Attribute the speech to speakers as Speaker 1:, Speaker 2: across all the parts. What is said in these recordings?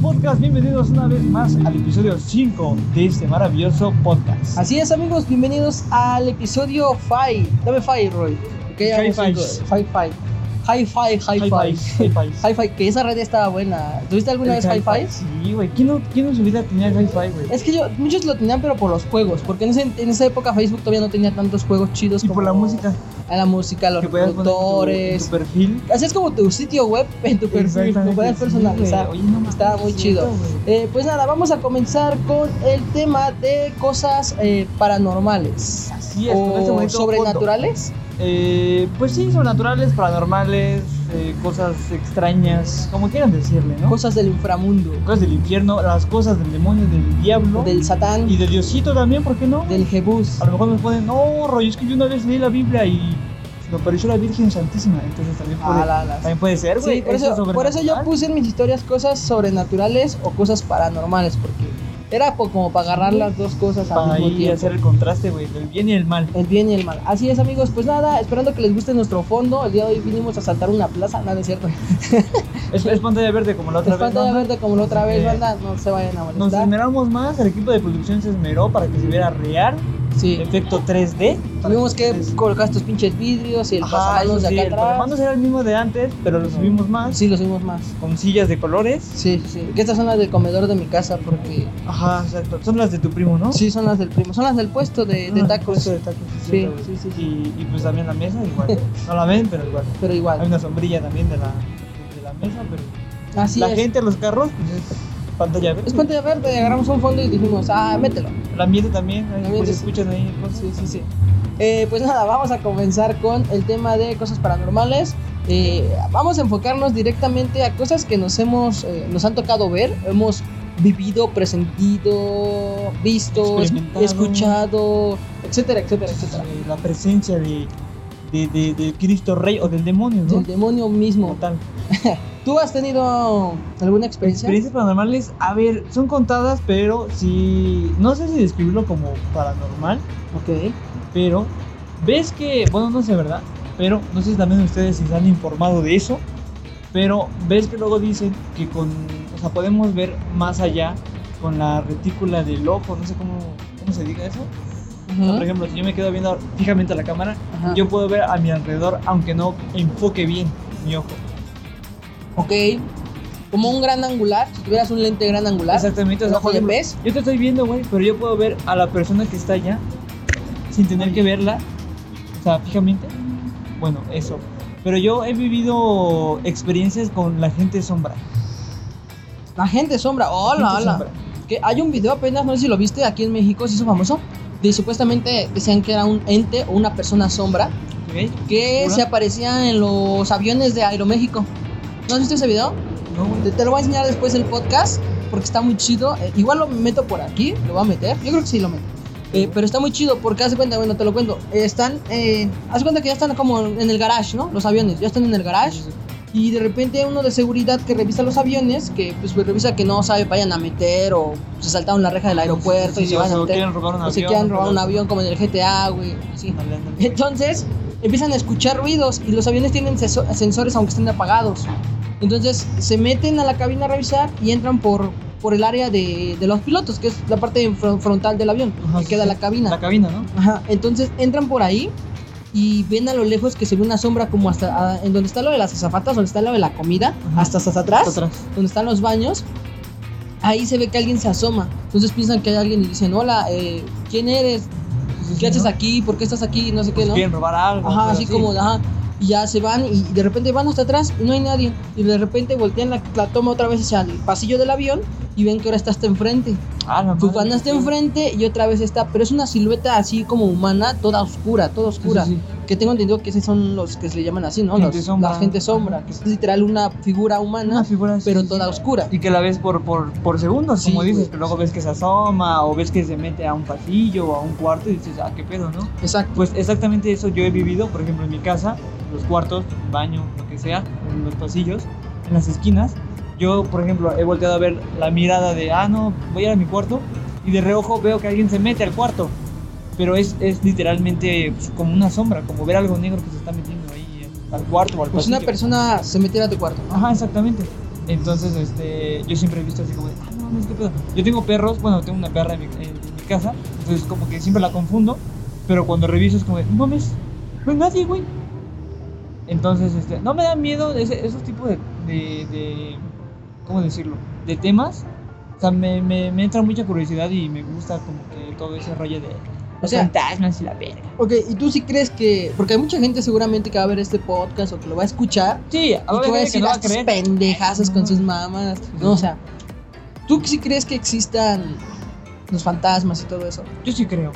Speaker 1: Podcast, bienvenidos una vez más al episodio 5 de este maravilloso podcast.
Speaker 2: Así es, amigos, bienvenidos al episodio 5. Dame 5, Roy. Okay,
Speaker 1: High
Speaker 2: vamos
Speaker 1: fives.
Speaker 2: cinco. High five. High five,
Speaker 1: High
Speaker 2: high
Speaker 1: five,
Speaker 2: five.
Speaker 1: high five.
Speaker 2: High five, que esa red estaba buena. ¿Tuviste alguna vez
Speaker 1: El
Speaker 2: high five?
Speaker 1: Sí, güey. ¿Quién no, ¿Quién no su vida tenía el hi-fi, güey?
Speaker 2: Es que yo, muchos lo tenían, pero por los juegos. Porque en, ese- en esa época Facebook todavía no tenía tantos juegos chidos.
Speaker 1: Y por
Speaker 2: como-
Speaker 1: la música.
Speaker 2: A la música, los
Speaker 1: que podías poner en tu- en tu
Speaker 2: productores.
Speaker 1: perfil.
Speaker 2: Así es como tu sitio web en tu perfil. Lo
Speaker 1: Exactamente,
Speaker 2: puedes
Speaker 1: sí,
Speaker 2: personalizar.
Speaker 1: güey. Oye, no mames,
Speaker 2: Estaba muy
Speaker 1: es
Speaker 2: chido.
Speaker 1: cierto, güey.
Speaker 2: Eh, pues nada, vamos a comenzar con el tema de cosas eh, paranormales.
Speaker 1: Así es, con este
Speaker 2: o
Speaker 1: bonito
Speaker 2: sobrenaturales.
Speaker 1: Eh, pues sí, sobrenaturales, paranormales, eh, cosas extrañas, como quieran decirle, ¿no?
Speaker 2: Cosas del inframundo.
Speaker 1: Cosas del infierno, las cosas del demonio, del diablo.
Speaker 2: Del satán.
Speaker 1: Y de Diosito también, ¿por qué no?
Speaker 2: Del Jebús.
Speaker 1: A lo mejor me ponen, no, rollo, es que yo una vez leí la Biblia y se me apareció la Virgen Santísima. Entonces también puede,
Speaker 2: Ah, la, la.
Speaker 1: también puede ser, güey.
Speaker 2: Sí, por eso,
Speaker 1: es
Speaker 2: por eso yo
Speaker 1: sobrenatural.
Speaker 2: puse en mis historias cosas sobrenaturales o cosas paranormales, porque era po- como para agarrar las dos cosas al
Speaker 1: Para
Speaker 2: mismo
Speaker 1: ahí
Speaker 2: tiempo.
Speaker 1: hacer el contraste, güey, del bien y el mal.
Speaker 2: El bien y el mal. Así es, amigos. Pues nada, esperando que les guste nuestro fondo. El día de hoy vinimos a saltar una plaza. Nada, es cierto.
Speaker 1: Es, es pantalla verde como la otra
Speaker 2: Es pantalla
Speaker 1: vez. ¿no?
Speaker 2: verde como la otra vez,
Speaker 1: Eh,
Speaker 2: banda. No se vayan a
Speaker 1: Nos
Speaker 2: molestar.
Speaker 1: esmeramos más, el equipo de producción se esmeró para que se viera real,
Speaker 2: Sí.
Speaker 1: efecto 3D. para
Speaker 2: Tuvimos que
Speaker 1: ustedes-
Speaker 2: colocar estos pinches vidrios y el
Speaker 1: Ajá,
Speaker 2: pasamanos
Speaker 1: eso sí,
Speaker 2: de
Speaker 1: el
Speaker 2: acá atrás.
Speaker 1: pasamanos era el mismo de antes, pero lo subimos más,
Speaker 2: Sí, lo subimos más.
Speaker 1: con sillas de colores.
Speaker 2: Sí, sí. Que estas son las del comedor de mi casa porque
Speaker 1: Ajá, exacto. Son las de tu primo, ¿no?
Speaker 2: sí son las del primo, son las del puesto de, de
Speaker 1: Ah,
Speaker 2: tacos.
Speaker 1: puesto de tacos, sí,
Speaker 2: Sí,
Speaker 1: cierto,
Speaker 2: sí,
Speaker 1: güey.
Speaker 2: sí,
Speaker 1: Y, y pues también la mesa, igual. no la ven, pero igual.
Speaker 2: Pero
Speaker 1: Hay
Speaker 2: igual.
Speaker 1: una sombrilla también de la, de la mesa, pero
Speaker 2: Así
Speaker 1: la
Speaker 2: es.
Speaker 1: gente, los carros, pues es pantalla verde.
Speaker 2: Es pantalla verde, agarramos un fondo y dijimos, ah, mételo.
Speaker 1: El ambiente también, ahí
Speaker 2: También
Speaker 1: pues
Speaker 2: es-
Speaker 1: escuchan ahí cosas.
Speaker 2: Sí, sí, sí. Eh, pues nada, vamos a comenzar con el tema de cosas paranormales. Eh, vamos a enfocarnos directamente a cosas que nos hemos, eh, nos han tocado ver, hemos vivido, presentido, visto, es-
Speaker 1: Experimentado.
Speaker 2: escuchado, etcétera, etcétera, etcétera.
Speaker 1: Eh, la presencia de, de, de- del Cristo Rey o del demonio, ¿no?
Speaker 2: Del demonio mismo.
Speaker 1: Como tal.
Speaker 2: ¿Tú has tenido alguna experiencia?
Speaker 1: Experiencias paranormales, a ver, son contadas, pero sí, no sé si describirlo como paranormal,
Speaker 2: Ok.
Speaker 1: pero ves que, bueno, no sé, ¿verdad? Pero no sé también ustedes si se han informado de eso, pero ves que luego dicen que con, o sea, podemos ver más allá con la retícula del ojo, no sé cómo, cómo se diga eso. O sea,
Speaker 2: Ujú. Ah.
Speaker 1: por ejemplo, si yo me quedo viendo fijamente a la cámara,
Speaker 2: Ajá.
Speaker 1: yo puedo ver a mi alrededor, aunque no enfoque bien mi ojo.
Speaker 2: Ok. Como un gran angular, si tuvieras un lente gran angular.
Speaker 1: Exactamente, o
Speaker 2: ¿Un
Speaker 1: sea,
Speaker 2: ojo
Speaker 1: por
Speaker 2: de
Speaker 1: ejemplo,
Speaker 2: pez?
Speaker 1: Yo te estoy viendo, güey, pero yo puedo ver a la persona que está allá sin tener que verla, o sea, fijamente. Bueno, eso. Pero yo he vivido experiencias con la gente sombra.
Speaker 2: La gente sombra. Hola,
Speaker 1: Gente
Speaker 2: hola.
Speaker 1: sombra.
Speaker 2: Que hay un video apenas, no sé si lo viste, aquí en México se hizo famoso. De supuestamente decían que era un ente o una persona sombra
Speaker 1: ¿Ok?
Speaker 2: que
Speaker 1: ¿Seguro?
Speaker 2: se aparecía en los aviones de Aeroméxico. ¿No has visto ese video?
Speaker 1: No, güey.
Speaker 2: Te, te lo voy a enseñar después el podcast porque está muy chido. Eh, igual lo meto por aquí, lo voy a meter. Yo creo que sí lo meto. Eh, pero está muy chido porque haz de cuenta, bueno, te lo cuento. eh, están, eh, haz de cuenta que ya están como en el garage, ¿no? Los aviones, ya están en el garage. Y de repente uno de seguridad que revisa los aviones, que pues, pues, revisa que no sabe, vayan a meter o se saltaron la reja del aeropuerto
Speaker 1: Sí,
Speaker 2: y se
Speaker 1: o
Speaker 2: van
Speaker 1: sea,
Speaker 2: a
Speaker 1: o
Speaker 2: meter.
Speaker 1: quieren robar un
Speaker 2: o
Speaker 1: avión.
Speaker 2: se quieran robar
Speaker 1: pero-
Speaker 2: un
Speaker 1: pues,
Speaker 2: avión como en el GTA, güey. Sí.
Speaker 1: Ándale, ándale, güey.
Speaker 2: Entonces empiezan a escuchar ruidos y los aviones tienen seso- sensores aunque estén apagados. Entonces se meten a la cabina a revisar y entran por, por el área de, de los pilotos, que es la parte fron- frontal del avión,
Speaker 1: Ajá,
Speaker 2: que
Speaker 1: sí,
Speaker 2: queda
Speaker 1: sí.
Speaker 2: la cabina.
Speaker 1: La cabina, ¿no?
Speaker 2: Ajá, entonces entran por ahí y ven a lo lejos que se ve una sombra como hasta a- en donde está lo de las azafatas, donde está lo de la comida,
Speaker 1: Ajá.
Speaker 2: hasta hasta atrás,
Speaker 1: Está atrás.
Speaker 2: donde están los baños. Ahí se ve que alguien se asoma. Entonces piensan que hay alguien y dicen, hola, eh, ¿quién eres?
Speaker 1: Sí, sí,
Speaker 2: ¿Qué haces
Speaker 1: Pues ¿no?
Speaker 2: aquí? ¿Por qué estás aquí? No sé qué,
Speaker 1: Pues
Speaker 2: ¿no?
Speaker 1: Quieren robar algo.
Speaker 2: Ajá,
Speaker 1: pero
Speaker 2: así como, ajá. Y ya se van y de repente van hasta atrás y no hay nadie. Y de repente voltean la, la toma otra vez hacia el pasillo del avión y ven que ahora está hasta enfrente.
Speaker 1: Ah, la
Speaker 2: Pues
Speaker 1: madre,
Speaker 2: cuando está
Speaker 1: sí.
Speaker 2: enfrente y otra vez está, pero es una silueta así como humana, toda oscura, toda
Speaker 1: Sí,
Speaker 2: oscura.
Speaker 1: sí, sí.
Speaker 2: Que tengo entendido que esos son los que se le llaman así, ¿no?
Speaker 1: Gente
Speaker 2: Los-
Speaker 1: sombra.
Speaker 2: La gente sombra, que es literal una figura
Speaker 1: Una
Speaker 2: humana,
Speaker 1: figura así,
Speaker 2: pero
Speaker 1: sí,
Speaker 2: toda
Speaker 1: sí.
Speaker 2: oscura.
Speaker 1: Y que la ves por, por, por segundos,
Speaker 2: Sí,
Speaker 1: como dices,
Speaker 2: güey.
Speaker 1: que luego ves que se asoma o ves que se mete a un pasillo o a un cuarto y dices, ah, qué pedo, ¿no?
Speaker 2: Exacto.
Speaker 1: Pues exactamente eso yo he vivido, por ejemplo, en mi casa, en los cuartos, en el baño, lo que sea, en los pasillos, en las esquinas. Yo, por ejemplo, he volteado a ver la mirada de, ah, no, voy a ir a mi cuarto y de reojo veo que alguien se mete al cuarto. Pero es, es literalmente pues, como una sombra, como ver algo negro que se está metiendo ahí eh, al cuarto o al
Speaker 2: Pues
Speaker 1: pasillo.
Speaker 2: una persona se metiera a tu cuarto. ¿no?
Speaker 1: Ajá, exactamente. Entonces, este, yo siempre he visto así como de, ah, no mames, qué pedo. Yo tengo perros, bueno, tengo una perra en mi, en- en mi casa, entonces como que siempre la confundo, pero cuando reviso es como de, no mames, no hay nadie, güey. Entonces, este, no me da miedo ese- esos tipos de, de, de- ¿cómo decirlo? De temas. O sea, me, me, me entra mucha curiosidad y me gusta como que todo ese rollo de los
Speaker 2: sea-
Speaker 1: fantasmas y la verga.
Speaker 2: Ok, ¿y tú sí crees que.? Porque hay mucha gente seguramente que va a ver este podcast o que lo va a escuchar
Speaker 1: Sí,
Speaker 2: Y
Speaker 1: ahora
Speaker 2: que voy a
Speaker 1: que
Speaker 2: decir
Speaker 1: no va a
Speaker 2: "Ah, estos
Speaker 1: creer.
Speaker 2: pendejazos con
Speaker 1: No.
Speaker 2: sus mamás. No, o sea, ¿tú sí crees que existan los fantasmas y todo eso?
Speaker 1: Yo sí creo.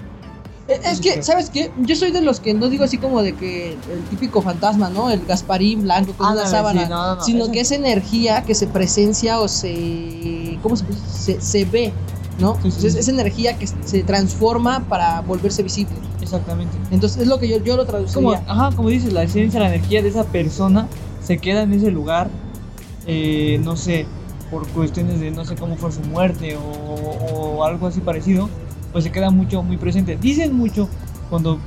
Speaker 2: Eh, Es
Speaker 1: Sí,
Speaker 2: que,
Speaker 1: creo.
Speaker 2: ¿sabes qué? Yo soy de los que no digo así como de que el típico fantasma, ¿no? El Gasparín blanco con una
Speaker 1: Ándale, sí,
Speaker 2: sábana.
Speaker 1: Ah, no, no, no,
Speaker 2: sino
Speaker 1: ese-
Speaker 2: que es energía que se presencia o se. ¿Cómo se puede? Se, se ve, ¿no?
Speaker 1: Sí, sí,
Speaker 2: Entonces,
Speaker 1: sí.
Speaker 2: es energía que se transforma para volverse visible.
Speaker 1: Exactamente.
Speaker 2: Entonces, es lo que yo, yo lo
Speaker 1: como,
Speaker 2: traduciría.
Speaker 1: ajá, como dices, la esencia, la energía de esa persona se queda en ese lugar, eh, no sé, por cuestiones de no sé cómo fue su muerte o, o algo así parecido, pues se queda mucho, muy presente. Dicen mucho cuando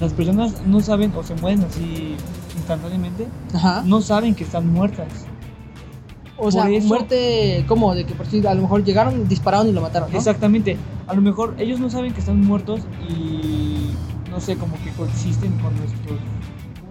Speaker 1: las personas no saben o se mueren así instantáneamente,
Speaker 2: Ajá.
Speaker 1: no saben que están muertas.
Speaker 2: O sea,
Speaker 1: por eso-
Speaker 2: muerte, como de que por si a lo mejor llegaron, dispararon y lo mataron, ¿no?
Speaker 1: Exactamente, a lo mejor ellos no saben que están muertos y no sé, como que coexisten con nuestros...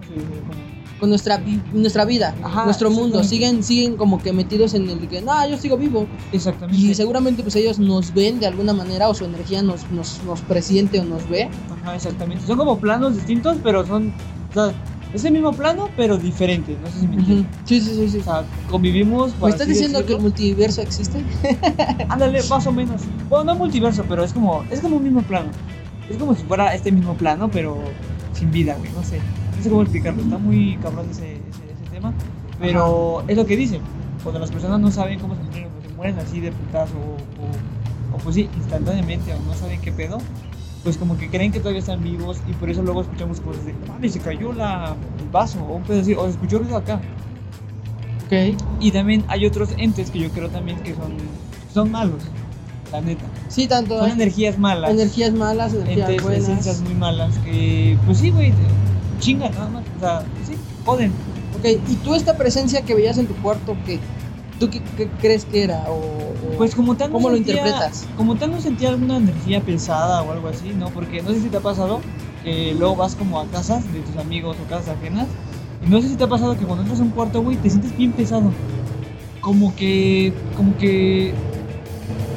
Speaker 1: ¿Cómo se dice? Con-
Speaker 2: Con nuestra, vi- nuestra vida,
Speaker 1: Ajá,
Speaker 2: nuestro mundo.
Speaker 1: exactamente.
Speaker 2: Siguen, siguen como que metidos en el que, no, yo sigo vivo.
Speaker 1: Exactamente.
Speaker 2: Y seguramente pues ellos nos ven de alguna manera o su energía nos, nos, nos presiente o nos ve.
Speaker 1: Ajá, exactamente. Son como planos distintos, pero son. O sea, es el mismo plano, pero diferente. No sé si me entiendes.
Speaker 2: Sí, sí, sí, sí.
Speaker 1: O sea, convivimos. por
Speaker 2: ¿Me estás
Speaker 1: así
Speaker 2: diciendo que
Speaker 1: decirlo.
Speaker 2: el multiverso existe?
Speaker 1: Ándale, más o menos. Bueno, no multiverso, pero es como. Es como un mismo plano. Es como si fuera este mismo plano, pero sin vida, güey. No sé. No sé cómo explicarlo. Está muy cabrón ese, ese, ese tema. Pero es lo que dicen. Cuando las personas no saben cómo se mueren, o se mueren así de putazo, o, o, o pues sí, instantáneamente, o no saben qué pedo, pues como que creen que todavía están vivos y por eso luego escuchamos cosas de, mames, se cayó la, el vaso, o un pedo así, o se escuchó ruido acá.
Speaker 2: Ok.
Speaker 1: Y también hay otros entes que yo creo también que son, son malos, la neta.
Speaker 2: Sí, tanto
Speaker 1: Son
Speaker 2: hay
Speaker 1: energías malas,
Speaker 2: energías malas, energías
Speaker 1: entes, esencias
Speaker 2: buenas.
Speaker 1: muy malas, que pues sí, güey, te- chingan nada más, o sea, sí, joden.
Speaker 2: Ok, ¿y tú esta presencia que veías en tu cuarto, qué? ¿Tú qué, qué crees que era? O, o-
Speaker 1: Pues como tal no
Speaker 2: ¿Cómo lo
Speaker 1: sentía-
Speaker 2: interpretas?
Speaker 1: Como tal no sentía alguna energía pesada o algo así, ¿no? Porque no sé si te ha pasado que luego vas como a casas de tus amigos o casas ajenas y no sé si te ha pasado que cuando entras a un cuarto, güey, te sientes bien pesado. Como que, como que,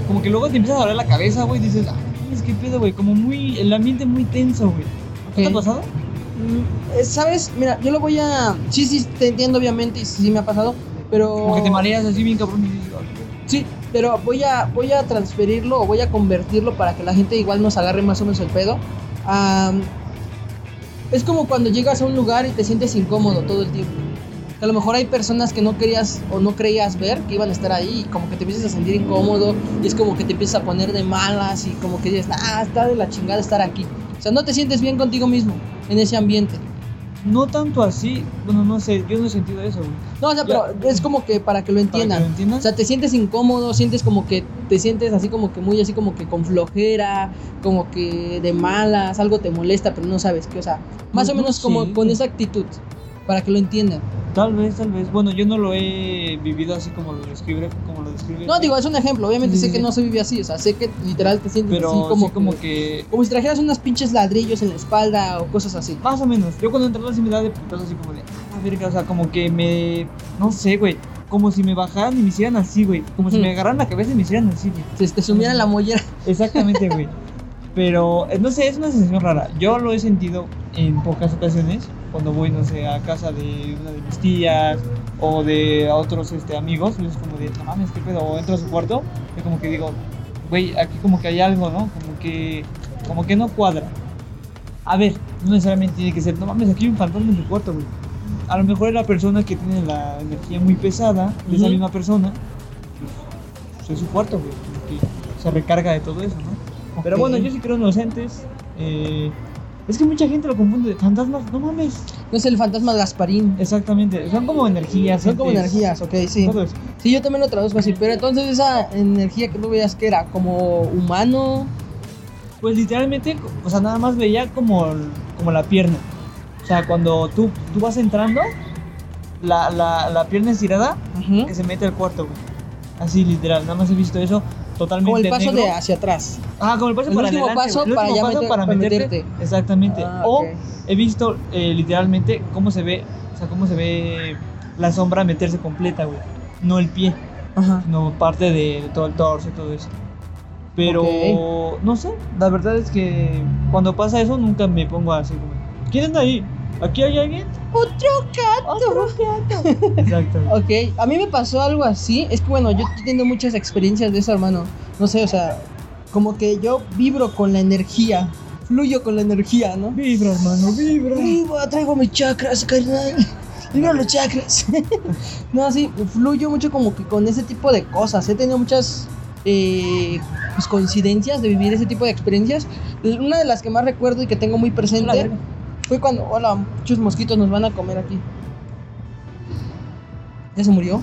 Speaker 1: como que luego te empiezas a doler la cabeza, güey, y dices, ah, es que pedo, güey, como muy, el ambiente muy tenso, güey. ¿No te ha
Speaker 2: Ok.
Speaker 1: pasado?
Speaker 2: Mm, eh, ¿Sabes? Mira, yo lo voy a... Sí, sí, te entiendo obviamente y sí, sí me ha pasado, pero...
Speaker 1: Como que te mareas así bien cabrón y dices, "Ay, güey".
Speaker 2: Sí, pero voy a, voy a transferirlo o voy a convertirlo para que la gente igual nos agarre más o menos el pedo. Am, es como cuando llegas a un lugar y te sientes incómodo todo el tiempo. Que a lo mejor hay personas que no querías o no creías ver que iban a estar ahí y como que te empiezas a sentir incómodo y es como que te empiezas a poner de malas y como que dices, ah, está de la chingada estar aquí. O sea, no te sientes bien contigo mismo en ese ambiente.
Speaker 1: no tanto así, bueno, no sé, yo no he sentido eso, güey.
Speaker 2: No, o sea,
Speaker 1: Ya.
Speaker 2: pero es como que para que lo
Speaker 1: Para que
Speaker 2: entiendan.
Speaker 1: lo entiendas.
Speaker 2: O sea, te sientes incómodo, sientes como que te sientes así como que muy así como que con flojera, como que de malas, algo te molesta, pero no sabes qué, o sea, más o
Speaker 1: Ujú,
Speaker 2: menos como
Speaker 1: sí.
Speaker 2: con esa actitud, para que lo entiendan.
Speaker 1: Tal vez, tal vez. Bueno, yo no lo he vivido así como lo describe. Como lo describe
Speaker 2: No, digo, es un ejemplo, obviamente
Speaker 1: Sí, sí,
Speaker 2: sé que
Speaker 1: sí.
Speaker 2: no se vive así, o sea, sé que literal te sientes
Speaker 1: pero
Speaker 2: así
Speaker 1: sí,
Speaker 2: como,
Speaker 1: como,
Speaker 2: que,
Speaker 1: que...
Speaker 2: como si trajeras unas pinches ladrillos en la espalda o cosas así.
Speaker 1: Más o menos. Yo cuando entré a la similar de putas así como de... Ah, verga, o sea, como que me... No sé, güey. Como si me bajaran y me hicieran así, güey. Como si
Speaker 2: Ujú.
Speaker 1: me agarraran la cabeza y me hicieran así, güey.
Speaker 2: Se te sumiera en la mollera.
Speaker 1: Exactamente, güey. Pero, eh, no sé, es una sensación rara. Yo lo he sentido en pocas ocasiones, cuando voy, no sé, a casa de una de mis tías o de otros este, amigos, y es como de, no mames, qué pedo, o entro a su cuarto, y como que digo, güey, aquí como que hay algo, ¿no? Como que, como que no cuadra. A ver, no necesariamente tiene que ser, no mames, aquí hay un fantasma en mi cuarto, güey. A lo mejor es la persona que tiene la energía muy pesada, de esa
Speaker 2: Ujú.
Speaker 1: misma persona, pues, es su cuarto, güey, como que se recarga de todo eso, ¿no? Pero
Speaker 2: Ok.
Speaker 1: bueno, yo sí creo en los entes. eh, es que mucha gente lo confunde de fantasmas, no mames.
Speaker 2: No es el fantasma Gasparín.
Speaker 1: Exactamente, son como energías.
Speaker 2: Son como
Speaker 1: entes,
Speaker 2: energías, ok, sí.
Speaker 1: todo eso.
Speaker 2: Sí, yo también lo traduzco así, pero entonces esa energía que tú veías que era como humano,
Speaker 1: Pues literalmente, o sea, nada más veía como, como la pierna. O sea, cuando tú, tú vas entrando, la, la, la pierna estirada
Speaker 2: Ujú.
Speaker 1: que se mete al cuarto, güey. Así literal, nada más he visto eso totalmente
Speaker 2: Como el paso
Speaker 1: negro.
Speaker 2: de hacia atrás.
Speaker 1: Ah, como el paso
Speaker 2: el
Speaker 1: para
Speaker 2: último
Speaker 1: adelante,
Speaker 2: paso
Speaker 1: güey. El
Speaker 2: para
Speaker 1: último
Speaker 2: ya
Speaker 1: paso
Speaker 2: meter-
Speaker 1: para
Speaker 2: para
Speaker 1: meterte.
Speaker 2: meterte.
Speaker 1: Exactamente.
Speaker 2: Ah,
Speaker 1: o
Speaker 2: ok.
Speaker 1: he visto eh, literalmente cómo se ve, o sea, cómo se ve la sombra meterse completa, güey. No el pie,
Speaker 2: Ajá.
Speaker 1: sino parte de, de todo el torso y todo eso. Pero no sé, la verdad es que cuando pasa eso nunca me pongo así como, ¿quién anda ahí? ¿Aquí hay alguien?
Speaker 2: Otro
Speaker 1: Otro gato. Exacto. güey.
Speaker 2: Ok, a mí me pasó algo así. Es que bueno, yo tengo muchas experiencias de eso, hermano. No sé, o sea, como que yo vibro con la energía. Fluyo con la energía, ¿no?
Speaker 1: Vibra, hermano, vibra.
Speaker 2: Vivo, traigo mis chakras, carnal. Vibro los chakras. no, sí, fluyo mucho como que con ese tipo de cosas. He tenido muchas eh, pues, coincidencias de vivir ese tipo de experiencias. Una de las que más recuerdo y que tengo muy
Speaker 1: Hola,
Speaker 2: presente
Speaker 1: verga.
Speaker 2: fue cuando, hola, muchos mosquitos nos van a comer aquí. ¿Ya se murió?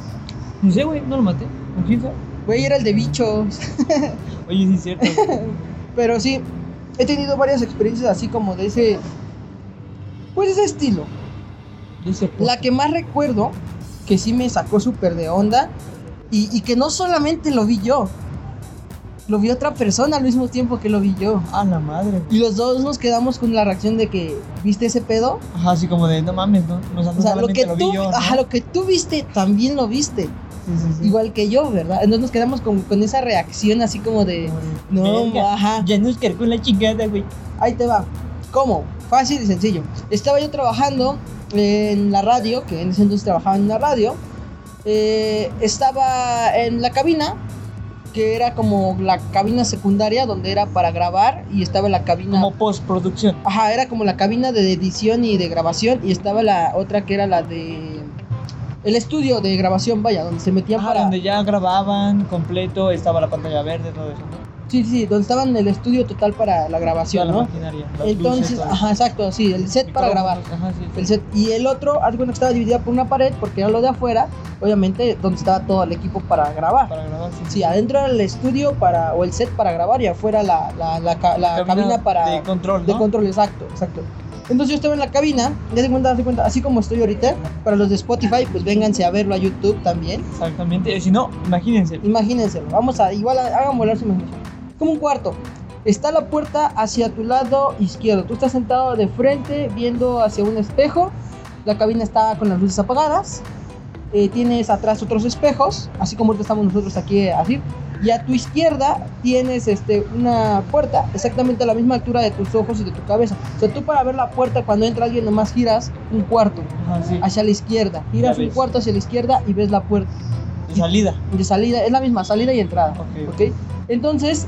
Speaker 1: No sé, güey, no lo maté. ¿Con quién sabe?
Speaker 2: Güey, era el de bichos.
Speaker 1: Oye, sí es cierto. güey.
Speaker 2: Pero sí, he tenido varias experiencias así como de ese. Pues ese estilo.
Speaker 1: De ese puto.
Speaker 2: La que más recuerdo, que sí me sacó súper de onda, y, y que no solamente lo vi yo, lo vi otra persona al mismo tiempo que lo vi yo.
Speaker 1: A "Ah, la madre.
Speaker 2: Y los dos nos quedamos con la reacción de que, ¿viste ese pedo?
Speaker 1: Ajá, así como de, no mames, no, no, o sea, no
Speaker 2: O sea, lo
Speaker 1: solamente
Speaker 2: que,
Speaker 1: lo vi
Speaker 2: tú,
Speaker 1: yo, ¿no?
Speaker 2: ajá, lo que tú viste también lo viste,
Speaker 1: Sí, sí, sí.
Speaker 2: igual que yo, ¿verdad? Entonces nos quedamos con, con esa reacción así como de, no,
Speaker 1: Verga,
Speaker 2: ajá.
Speaker 1: Ya nos cargó la chingada, güey.
Speaker 2: Ahí te va. ¿Cómo? Fácil y sencillo. Estaba yo trabajando en la radio, que en ese entonces trabajaba en la radio. Eh, estaba en la cabina, que era como la cabina secundaria, donde era para grabar, y estaba la cabina...
Speaker 1: Como postproducción.
Speaker 2: Ajá, era como la cabina de edición y de grabación, y estaba la otra que era la de... El estudio de grabación, vaya, donde se metían
Speaker 1: Ajá,
Speaker 2: para...
Speaker 1: Ah, donde ya grababan completo, estaba la pantalla verde, todo eso, ¿no?
Speaker 2: Sí, sí, donde estaban el estudio total para la
Speaker 1: Toda
Speaker 2: grabación,
Speaker 1: la
Speaker 2: ¿no?
Speaker 1: maquinaria. las
Speaker 2: Entonces,
Speaker 1: luces, todo.
Speaker 2: ajá, exacto, sí, el set para grabar.
Speaker 1: Micrófonos, Ajá, sí. sí.
Speaker 2: el set. Y el otro, haz de cuenta que estaba dividida por una pared, porque era lo de afuera, obviamente, donde estaba todo el equipo para grabar.
Speaker 1: Para grabar, sí.
Speaker 2: Sí, adentro era el estudio para, o el set para grabar y afuera la, la, la ca- la cabina, para...
Speaker 1: De control,
Speaker 2: de
Speaker 1: ¿no?
Speaker 2: control, exacto, exacto. Entonces yo estaba en la cabina, ya se cuenta, haz de cuenta, así como estoy ahorita, para los de Spotify, pues vénganse a verlo a YouTube también.
Speaker 1: Exactamente. eh, Si no, imagínense.
Speaker 2: Imagínense, vamos a, igual a- hagan volar su imaginación. Como un cuarto. Está la puerta hacia tu lado izquierdo. Tú estás sentado de frente viendo hacia un espejo. La cabina está con las luces apagadas. Eh, tienes atrás otros espejos, así como ahorita estamos nosotros aquí eh, así. Y a tu izquierda tienes este, una puerta exactamente a la misma altura de tus ojos y de tu cabeza. O sea, tú para ver la puerta cuando entra alguien nomás giras un cuarto
Speaker 1: Ajá, sí.
Speaker 2: hacia la izquierda. Giras
Speaker 1: Ya
Speaker 2: un
Speaker 1: ves.
Speaker 2: cuarto hacia la izquierda y ves la puerta
Speaker 1: De salida.
Speaker 2: de salida, es la misma, salida y entrada.
Speaker 1: Ok.
Speaker 2: ¿ok? Entonces,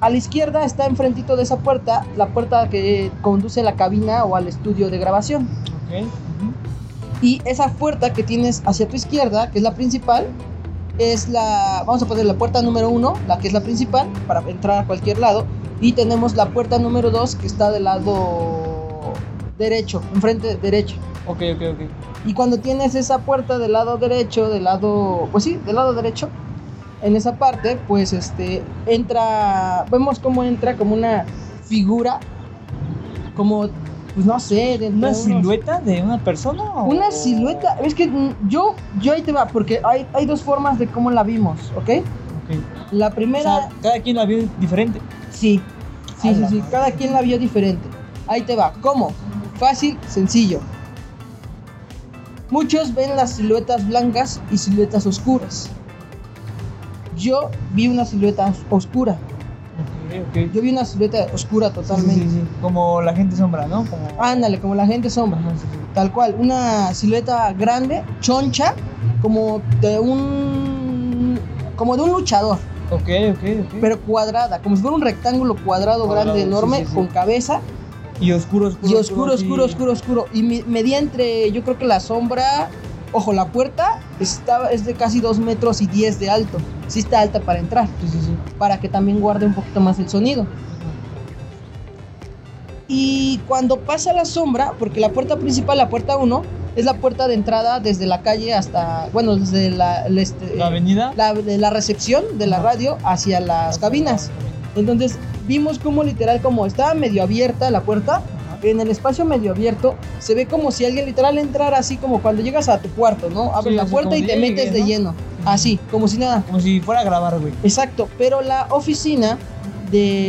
Speaker 2: a la izquierda está enfrentito de esa puerta, la puerta que conduce a la cabina o al estudio de grabación.
Speaker 1: Ok. ujú.
Speaker 2: Y esa puerta que tienes hacia tu izquierda, que es la principal, es la, vamos a poner la puerta número uno, la que es la principal, para entrar a cualquier lado. Y tenemos la puerta número dos, que está del lado derecho, enfrente derecho.
Speaker 1: Ok, ok, ok.
Speaker 2: Y cuando tienes esa puerta del lado derecho, del lado, pues sí, del lado derecho, en esa parte, pues este, entra, vemos cómo entra como una figura, como, pues no sé, de
Speaker 1: ¿Una
Speaker 2: unos-
Speaker 1: silueta de una persona? o-
Speaker 2: Una silueta, es que mm, yo, yo ahí te va, porque hay, hay dos formas de cómo la vimos, ¿ok?
Speaker 1: Ok.
Speaker 2: La
Speaker 1: O
Speaker 2: primera,
Speaker 1: sea, cada quien la vio diferente.
Speaker 2: sí,
Speaker 1: A
Speaker 2: sí, sí,
Speaker 1: la
Speaker 2: sí,
Speaker 1: madre.
Speaker 2: cada quien la vio diferente. Ahí te va, ¿cómo? Fácil, sencillo. Muchos ven las siluetas blancas y siluetas oscuras. Yo vi una silueta os- oscura.
Speaker 1: Ok, ok.
Speaker 2: Yo vi una silueta oscura totalmente.
Speaker 1: Sí,
Speaker 2: Ah.
Speaker 1: sí, sí. Como la gente sombra, ¿no? Como...
Speaker 2: Ándale, como la gente sombra.
Speaker 1: Ajá, sí, sí.
Speaker 2: Tal cual, una silueta grande, choncha, como de un como de un luchador,
Speaker 1: Ok, ok, ok.
Speaker 2: pero cuadrada, como si fuera un rectángulo cuadrado,
Speaker 1: Cuadrado,
Speaker 2: grande
Speaker 1: sí,
Speaker 2: enorme
Speaker 1: sí, sí.
Speaker 2: con cabeza
Speaker 1: Y oscuro, oscuro.
Speaker 2: Y oscuro,
Speaker 1: sí.
Speaker 2: oscuro, oscuro, oscuro. Y mi- medía entre, yo creo que la sombra, ojo, la puerta estaba, es de casi 2 metros y 10 de alto. Sí está alta para entrar,
Speaker 1: Sí, sí, sí.
Speaker 2: para que también guarde un poquito más el sonido. Eh, Y cuando pasa la sombra, porque la puerta principal, la puerta 1, es la puerta de entrada desde la calle hasta, bueno, desde la, el este,
Speaker 1: La avenida.
Speaker 2: la- de la recepción de la
Speaker 1: Ajá.
Speaker 2: radio hacia las cabinas. Entonces vimos como literal, como estaba medio abierta la puerta,
Speaker 1: Ajá.
Speaker 2: en el espacio medio abierto se ve como si alguien literal entrara así como cuando llegas a tu cuarto, ¿no? Abres
Speaker 1: Sí,
Speaker 2: la
Speaker 1: así
Speaker 2: puerta
Speaker 1: como
Speaker 2: y te
Speaker 1: llegue,
Speaker 2: metes de
Speaker 1: ¿no?
Speaker 2: lleno. Así, como si nada.
Speaker 1: Como si fuera a grabar, güey.
Speaker 2: Exacto, pero la oficina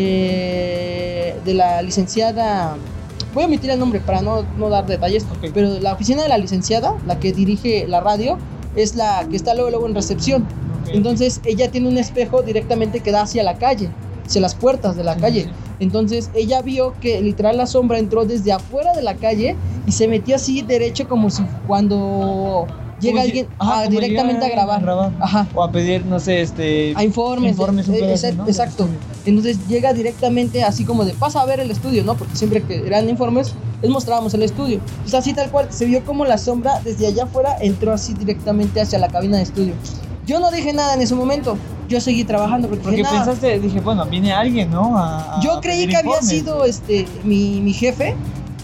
Speaker 2: de, de la licenciada, voy a omitir el nombre para no, no dar detalles,
Speaker 1: Ok.
Speaker 2: pero la oficina de la licenciada, la que dirige la radio, es la que está luego, luego en recepción.
Speaker 1: Ok.
Speaker 2: Entonces ella tiene un espejo directamente que da hacia la calle, hacia las puertas de la
Speaker 1: Sí,
Speaker 2: calle.
Speaker 1: sí,
Speaker 2: Entonces ella vio que literal la sombra entró desde afuera de la calle y se metió así derecho como si cuando llega
Speaker 1: Como si-
Speaker 2: alguien
Speaker 1: ajá,
Speaker 2: ah,
Speaker 1: como
Speaker 2: directamente a
Speaker 1: llega alguien
Speaker 2: grabar. Ajá
Speaker 1: O a pedir, no sé, este.
Speaker 2: a informes,
Speaker 1: Informes,
Speaker 2: eh,
Speaker 1: un pedo
Speaker 2: exact-
Speaker 1: así, ¿no?
Speaker 2: exacto. Entonces llega directamente así como de pasa a ver el estudio, ¿no? Porque siempre que eran informes les mostrábamos el estudio. Pues así tal cual se vio como la sombra desde allá afuera entró así directamente hacia la cabina de estudio. Yo no dije nada en ese momento. Yo seguí trabajando porque,
Speaker 1: Porque
Speaker 2: dije, "Nah".
Speaker 1: pensaste, dije, bueno, viene alguien, ¿no? A- a
Speaker 2: yo creí
Speaker 1: pedir
Speaker 2: que había
Speaker 1: informes.
Speaker 2: sido este mi, mi jefe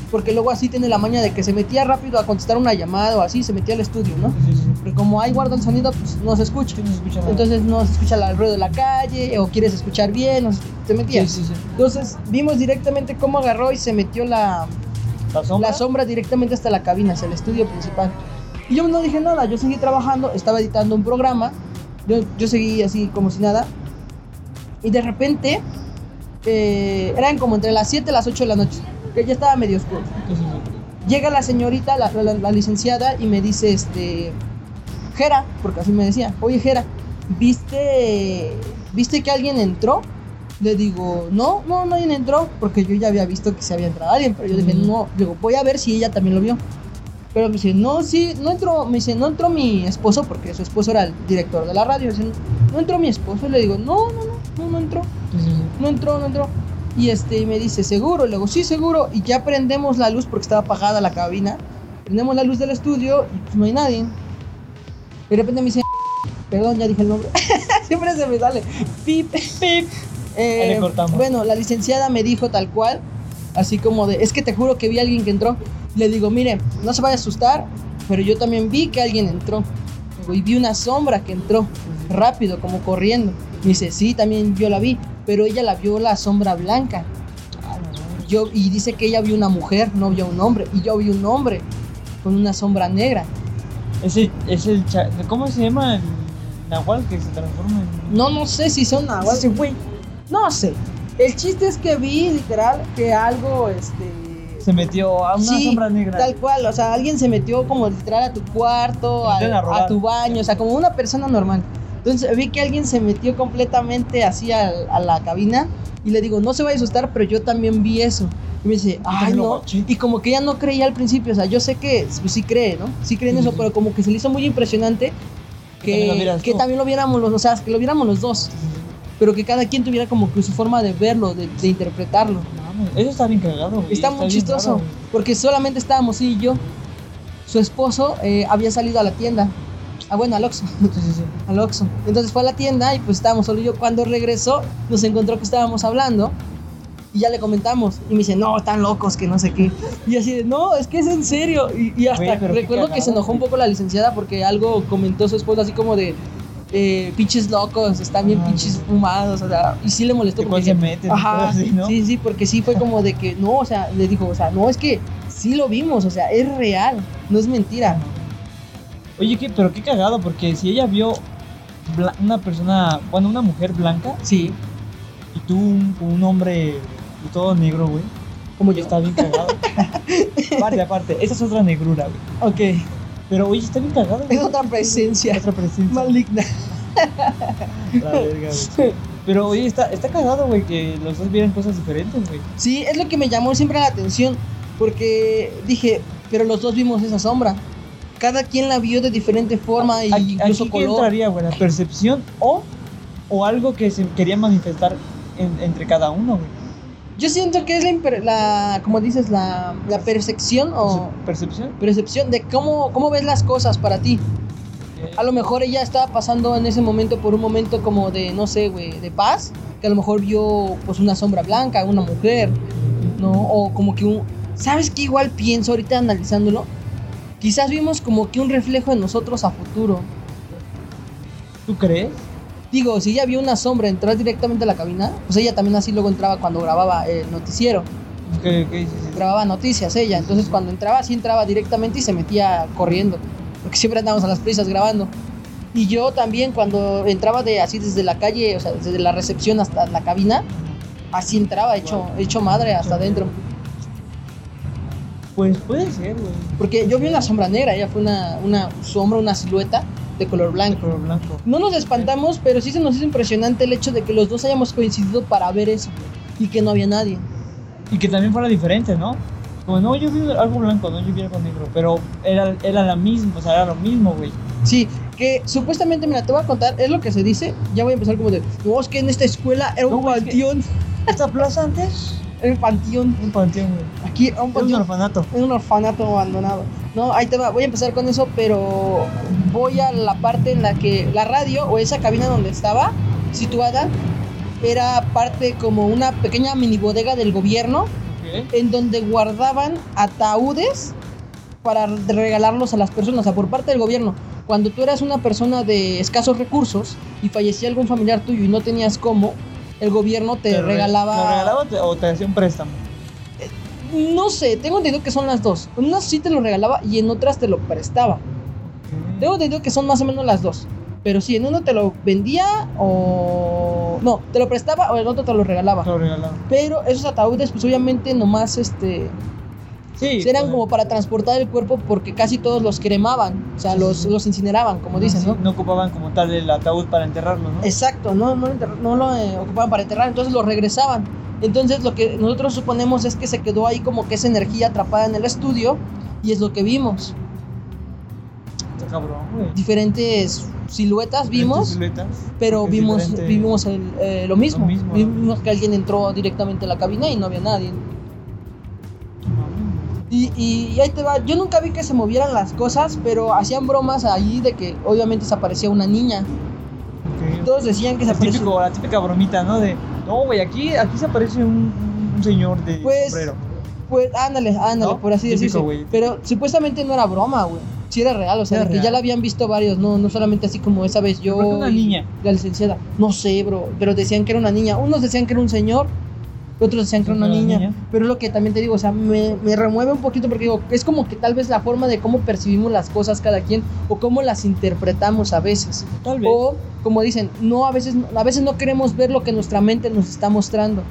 Speaker 2: porque luego así tiene la maña de que se metía rápido a contestar una llamada o así, se metía al estudio, ¿no?
Speaker 1: Sí, sí,
Speaker 2: Porque como ahí guarda el sonido, pues no se escucha.
Speaker 1: sí. Sí, no se escucha nada.
Speaker 2: Entonces no se escucha el ruido de la calle o quieres escuchar bien, o se-
Speaker 1: sí,
Speaker 2: te metías.
Speaker 1: sí, sí.
Speaker 2: Entonces vimos directamente cómo agarró y se metió la,
Speaker 1: La sombra.
Speaker 2: la sombra directamente hasta la cabina, hacia el estudio principal. Y yo no dije nada, yo seguí trabajando, estaba editando un programa, yo, yo seguí así como si nada. Y de repente, eh, eran como entre las 7 y las 8 de la noche, que ya estaba medio oscuro.
Speaker 1: Sí, sí, sí.
Speaker 2: Llega la señorita, la, la- la licenciada, y me dice, este, Jera, porque así me decía, oye Jera, ¿viste, ¿viste que alguien entró? Le digo, no, no, nadie entró, porque yo ya había visto que se había entrado alguien, pero yo dije,
Speaker 1: Ujú.
Speaker 2: no, digo, voy a ver si ella también lo vio. Pero me dice, no, sí, no entró, me dice, no entró mi esposo, porque su esposo era el director de la radio, me dice, no entró mi esposo, le digo, no, no, no, no, no entró
Speaker 1: Sí, sí, sí.
Speaker 2: no entró, no entró. Y este, y me dice, seguro, le digo, sí, seguro. Y ya prendemos la luz porque estaba apagada la cabina. Prendemos la luz del estudio y pues no hay nadie. De repente me dice, perdón, ya dije el nombre. Siempre se me sale. Pip, pip. Eh,
Speaker 1: Ahí le cortamos.
Speaker 2: Bueno, la licenciada me dijo tal cual, así como de, es que te juro que vi a alguien que entró. Le digo, mire, no se vaya a asustar, pero yo también vi que alguien entró. Le digo, Y vi una sombra que entró rápido, como corriendo. Me dice, sí, también yo la vi, pero ella la vio la sombra blanca. Ah, Yo, y dice que ella vio una mujer, no vio un hombre. Y yo vi un hombre con una sombra negra.
Speaker 1: Es el, es el cha- ¿Cómo se llama el nahual que se transforma en.?
Speaker 2: No, no sé si son
Speaker 1: Es
Speaker 2: nahuas.
Speaker 1: ese güey.
Speaker 2: No sé. El chiste es que vi literal que algo, este...
Speaker 1: Se metió a una
Speaker 2: Sí,
Speaker 1: sombra negra.
Speaker 2: Tal cual, o sea, alguien se metió como literal a tu cuarto,
Speaker 1: Se
Speaker 2: al-
Speaker 1: metieron a
Speaker 2: a,
Speaker 1: robar.
Speaker 2: tu baño, o sea, como una persona normal. Entonces vi que alguien se metió completamente así al- a, la cabina y le digo, no se vaya a asustar, pero yo también vi eso. Y me dice, ay
Speaker 1: también lo
Speaker 2: no.
Speaker 1: guaché.
Speaker 2: Y como que ella no creía al principio, o sea, yo sé que pues, sí cree, ¿no? Sí cree en
Speaker 1: Sí,
Speaker 2: eso,
Speaker 1: sí, sí.
Speaker 2: pero como que se le hizo muy impresionante
Speaker 1: Que también lo
Speaker 2: que,
Speaker 1: vieras
Speaker 2: que
Speaker 1: tú.
Speaker 2: también lo viéramos, los, o sea, que lo viéramos los dos, pero que cada quien tuviera como que su forma de verlo, de- de interpretarlo.
Speaker 1: Mames, Eso está bien cagado, güey.
Speaker 2: Está muy
Speaker 1: bien
Speaker 2: chistoso,
Speaker 1: raro, güey.
Speaker 2: porque solamente estábamos sí y yo. Su esposo eh, había salido a la tienda. Ah, bueno, al Oxxo,
Speaker 1: Sí, sí, sí.
Speaker 2: al Oxxo. Entonces fue a la tienda y pues estábamos solo yo. Cuando regresó, nos encontró que estábamos hablando y ya le comentamos. Y me dice, no, están locos, que no sé qué. Y así de, no, es que es en serio. Y, y hasta
Speaker 1: Güey, pero qué
Speaker 2: recuerdo que se
Speaker 1: cagado,
Speaker 2: enojó un
Speaker 1: güey.
Speaker 2: poco la licenciada porque algo comentó su esposo así como de, eh, pinches locos, están bien
Speaker 1: Ah,
Speaker 2: pinches fumados. O sea, y sí le molestó
Speaker 1: ¿De cuál
Speaker 2: porque
Speaker 1: se mete?
Speaker 2: Ajá,
Speaker 1: Así, ¿no?
Speaker 2: sí, sí, porque sí fue como de que, no, o sea, le dijo, o sea, no, es que sí lo vimos, o sea, es real, no es mentira.
Speaker 1: Oye, ¿qué, pero qué cagado, porque si ella vio bla- una persona, bueno, una mujer blanca
Speaker 2: Sí,
Speaker 1: y tú un, un hombre todo negro, güey,
Speaker 2: como yo.
Speaker 1: está bien cagado. aparte, aparte, esa es otra negrura, güey.
Speaker 2: Ok,
Speaker 1: Pero, oye, está bien cagado. güey.
Speaker 2: es otra presencia
Speaker 1: Otra presencia.
Speaker 2: maligna.
Speaker 1: La verga, güey. Pero, oye, está, está cagado, güey, que los dos vieran cosas diferentes, güey.
Speaker 2: Sí, es lo que me llamó siempre la atención, porque dije, pero los dos vimos esa sombra. Cada quien la vio de diferente forma e
Speaker 1: Aquí-
Speaker 2: incluso
Speaker 1: aquí que
Speaker 2: color.
Speaker 1: entraría, güey, la percepción o, o algo que se quería manifestar en- entre cada uno, güey.
Speaker 2: Yo siento que es la, imper- la como dices, la, la percepción o
Speaker 1: ¿Percepción?
Speaker 2: percepción de cómo, cómo ves las cosas para ti. A lo mejor ella estaba pasando en ese momento por un momento como de, no sé, güey, de paz, que a lo mejor vio pues una sombra blanca, una mujer, ¿no? O como que un... ¿Sabes qué igual pienso ahorita analizándolo? Quizás vimos como que un reflejo en nosotros a futuro.
Speaker 1: ¿Tú crees?
Speaker 2: Digo, si ella vio una sombra entrar directamente a la cabina, pues ella también así luego entraba cuando grababa el noticiero.
Speaker 1: ¿Qué, qué dices?
Speaker 2: grababa noticias ella. Entonces cuando entraba, sí entraba directamente y se metía corriendo. Porque siempre andábamos a las prisas grabando. Y yo también cuando entraba de así desde la calle, o sea, desde la recepción hasta la cabina, así entraba, hecho, hecho madre hasta adentro.
Speaker 1: Pues puede ser, güey.
Speaker 2: Porque yo vi una sombra negra, ella fue una, una sombra, una silueta de color
Speaker 1: De
Speaker 2: blanco.
Speaker 1: color blanco.
Speaker 2: No nos espantamos, pero sí se nos hizo impresionante el hecho de que los dos hayamos coincidido para ver eso y que no había nadie.
Speaker 1: Y que también fuera diferente, ¿no? Como, no, yo vi algo blanco, no, yo vi algo negro. Pero era, era la misma, o sea, era lo mismo, güey.
Speaker 2: Sí, que supuestamente, mira, te voy a contar, es lo que se dice. Ya voy a empezar como de, no, es que en esta escuela era un
Speaker 1: No, es que-
Speaker 2: panteón.
Speaker 1: ¿Esta plaza antes?
Speaker 2: Era un panteón.
Speaker 1: Un panteón, güey.
Speaker 2: Aquí era
Speaker 1: Era
Speaker 2: un
Speaker 1: un
Speaker 2: panteón.
Speaker 1: orfanato.
Speaker 2: Era un orfanato abandonado. No, ahí te va, voy a empezar con eso, pero voy a la parte en la que la radio o esa cabina donde estaba situada era parte como una pequeña mini bodega del gobierno en donde guardaban ataúdes para regalarlos a las personas, o sea, por parte del gobierno. Cuando tú eras una persona de escasos recursos y fallecía algún familiar tuyo y no tenías cómo, el gobierno te,
Speaker 1: re-
Speaker 2: regalaba...
Speaker 1: ¿Te regalaba o te- o te hacía un préstamo?
Speaker 2: No sé, tengo entendido que son las dos. En unas sí te lo regalaba y en otras te lo prestaba. Tengo entendido que son más o menos las dos. Pero sí, en uno te lo vendía o... No, te lo prestaba o en otro te lo regalaba.
Speaker 1: Te lo regalaba.
Speaker 2: Pero esos ataúdes pues obviamente nomás este...
Speaker 1: Sí.
Speaker 2: eran
Speaker 1: pues,
Speaker 2: como para transportar el cuerpo porque casi todos los cremaban, o sea,
Speaker 1: Sí,
Speaker 2: los,
Speaker 1: sí.
Speaker 2: los incineraban, como
Speaker 1: no,
Speaker 2: dicen,
Speaker 1: sí,
Speaker 2: ¿no?
Speaker 1: No ocupaban como tal el ataúd para enterrarlo, ¿no?
Speaker 2: Exacto, no, no, lo enterra- no lo eh, ocupaban para enterrar, entonces lo regresaban. Entonces lo que nosotros suponemos es que se quedó ahí como que esa energía atrapada en el estudio y es lo que vimos.
Speaker 1: Está cabrón, güey.
Speaker 2: Diferentes siluetas
Speaker 1: Estas
Speaker 2: vimos,
Speaker 1: siluetas,
Speaker 2: pero
Speaker 1: porque es
Speaker 2: vimos,
Speaker 1: diferente.
Speaker 2: vimos el, eh, lo mismo.
Speaker 1: mismo, ¿no?
Speaker 2: Vimos que alguien entró directamente a la cabina y no había nadie. Y, y- y ahí te va, yo nunca vi que se movieran las cosas, pero hacían bromas ahí de que obviamente desaparecía una niña.
Speaker 1: Ok.
Speaker 2: Todos decían que se
Speaker 1: El
Speaker 2: aparecía.
Speaker 1: típico- la típica bromita, ¿no? De, no, güey, aquí, aquí se aparece un, un señor de
Speaker 2: Pues,
Speaker 1: sombrero.
Speaker 2: Pues ándale, ándale,
Speaker 1: ¿No?
Speaker 2: por así
Speaker 1: Típico,
Speaker 2: decirlo.
Speaker 1: güey.
Speaker 2: Pero supuestamente no era broma, güey. Sí era real, o sea,
Speaker 1: Era
Speaker 2: de que
Speaker 1: real.
Speaker 2: ya la habían visto varios, no, no solamente así como esa vez yo.
Speaker 1: ¿Por qué una
Speaker 2: y
Speaker 1: niña?
Speaker 2: La licenciada. No sé, bro, pero decían que era una niña. Unos decían que era un señor, otros decían que era una niña. Pero es lo que también te digo, o sea, me, me remueve un poquito porque digo, es como que tal vez la forma de cómo percibimos las cosas cada quien o cómo las interpretamos a veces.
Speaker 1: Tal vez.
Speaker 2: O como dicen, no a veces a veces no queremos ver lo que nuestra mente nos está mostrando.